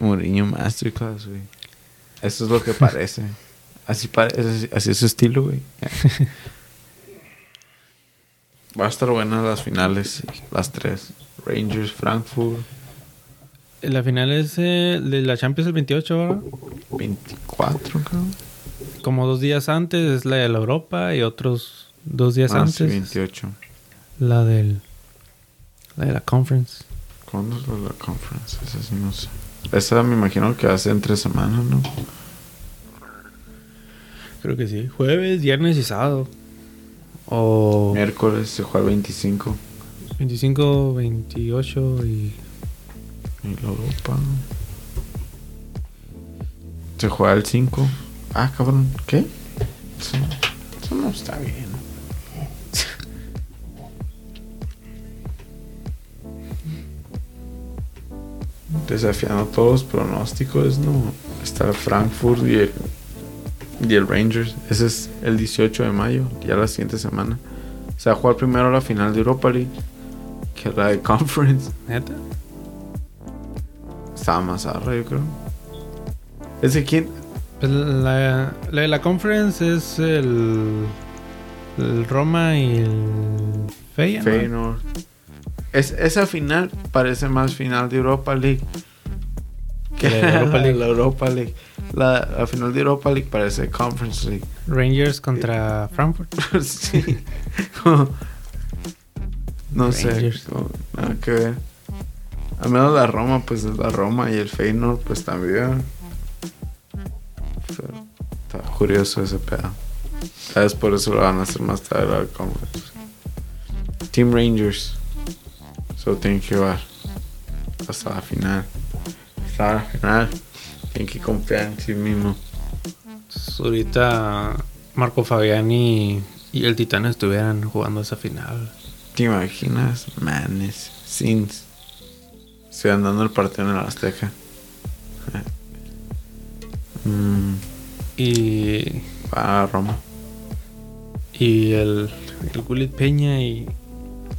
Speaker 2: Mourinho Masterclass, güey. Eso es lo que parece. Así, pare- así, así es su estilo, güey. Va a estar buena las finales, las tres. Rangers, Frankfurt,
Speaker 3: La final es eh, de la Champions el 28, ¿verdad?
Speaker 2: 24, cabrón.
Speaker 3: Como dos días antes es la de la Europa y otros dos días
Speaker 2: Ah,
Speaker 3: antes
Speaker 2: sí, 28.
Speaker 3: la del la de la Conference.
Speaker 2: ¿Cuándo es la conference? Esa sí no sé. Esa me imagino que hace entre semanas, ¿no?
Speaker 3: Creo que sí, jueves, viernes y sábado. O
Speaker 2: Miércoles se juega el 25.
Speaker 3: 25, 28 y
Speaker 2: Y la Europa. Se juega el 5. Ah, cabrón. ¿Qué? Eso, eso no está bien. Desafiando todos los pronósticos, ¿no? Está el Frankfurt y el, y el Rangers. Ese es el 18 de mayo, ya la siguiente semana. Se va a jugar primero la final de Europa League que la de Conference.
Speaker 3: neta.
Speaker 2: Estaba más arriba, yo creo. Es de quién.
Speaker 3: Pues la, la de la Conference es el, el Roma y el Feyenoord.
Speaker 2: Feyenoord. Es, esa final parece más final de Europa League.
Speaker 3: Que la de Europa League.
Speaker 2: <laughs> La Europa League. La, la final de Europa League parece Conference League.
Speaker 3: Rangers contra Frankfurt.
Speaker 2: <laughs> sí. Como- no sé.
Speaker 3: Rangers.
Speaker 2: como nada que ver. Al menos la Roma, pues es la Roma. Y el Feyenoord, pues también. Pero está curioso ese pedo. Tal vez por eso lo van a hacer más tarde al Conference. Team Rangers. Solo tienen que llevar hasta la final. Hasta la final. Tienen que confiar en sí mismo.
Speaker 3: Ahorita Marco Fabiani y el Titán estuvieran jugando esa final.
Speaker 2: ¿Te imaginas? Manes, Sins. Estoy andando el partido en el Azteca. Mm,
Speaker 3: Y,
Speaker 2: para Roma.
Speaker 3: y el, el Gullit Peña y,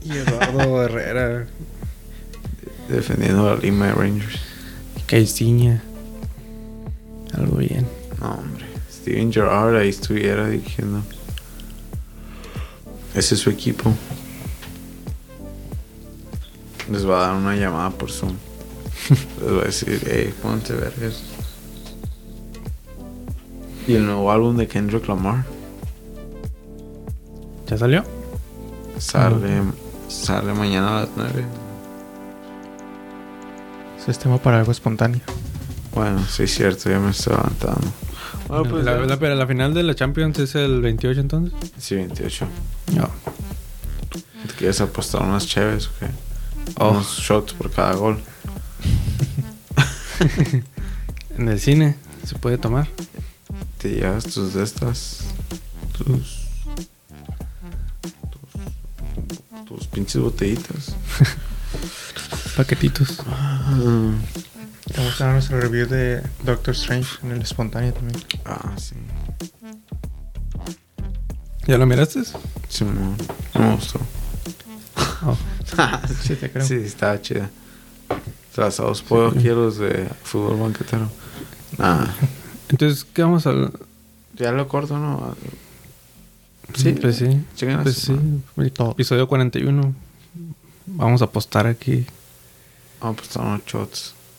Speaker 1: Y Eduardo Herrera.
Speaker 2: Defendiendo la Lima de Rangers.
Speaker 3: y Caixinha. Algo bien.
Speaker 2: No, hombre. Steven Gerrard ahí estuviera dirigiendo. Ese es su equipo. Les va a dar una llamada por Zoom. <laughs> Les va a decir, hey, ponte vergas. Y el nuevo álbum de Kendrick Lamar.
Speaker 3: ¿Ya salió?
Speaker 2: Sale, sale mañana a las 9.
Speaker 1: Sistema para algo espontáneo.
Speaker 2: Bueno, sí, es cierto, ya me estoy levantando. Bueno, pues.
Speaker 3: La-
Speaker 2: ya-
Speaker 3: la- pero la final de la Champions es el 28 entonces.
Speaker 2: Sí, 28. No. ¿Te quieres apostar unas chéves o qué?
Speaker 3: Oh.
Speaker 2: Unos shots por cada gol.
Speaker 3: En el cine se puede tomar.
Speaker 2: Te llevas tus de estas. Tus. Tus, tus pinches botellitas.
Speaker 3: Paquetitos.
Speaker 1: Vamos a dar nuestro review de Doctor Strange en el espontáneo también.
Speaker 2: Ah, sí.
Speaker 3: ¿Ya lo miraste?
Speaker 2: Sí, me, me gustó.
Speaker 3: Oh.
Speaker 1: Ah, Sí, te creo.
Speaker 2: Sí, estaba chida. Trazados puedo aquí a los de fútbol banquetero.
Speaker 3: Ah.
Speaker 2: Ah. Nah.
Speaker 3: Entonces, ¿qué vamos a hablar?
Speaker 2: Ya lo corto, ¿no? Sí,
Speaker 3: pues sí.
Speaker 2: Chequen a
Speaker 3: Pues
Speaker 2: su-
Speaker 3: sí. Episodio 41. Vamos a apostar aquí.
Speaker 2: Ah, pues Vamos a apostar unos shots.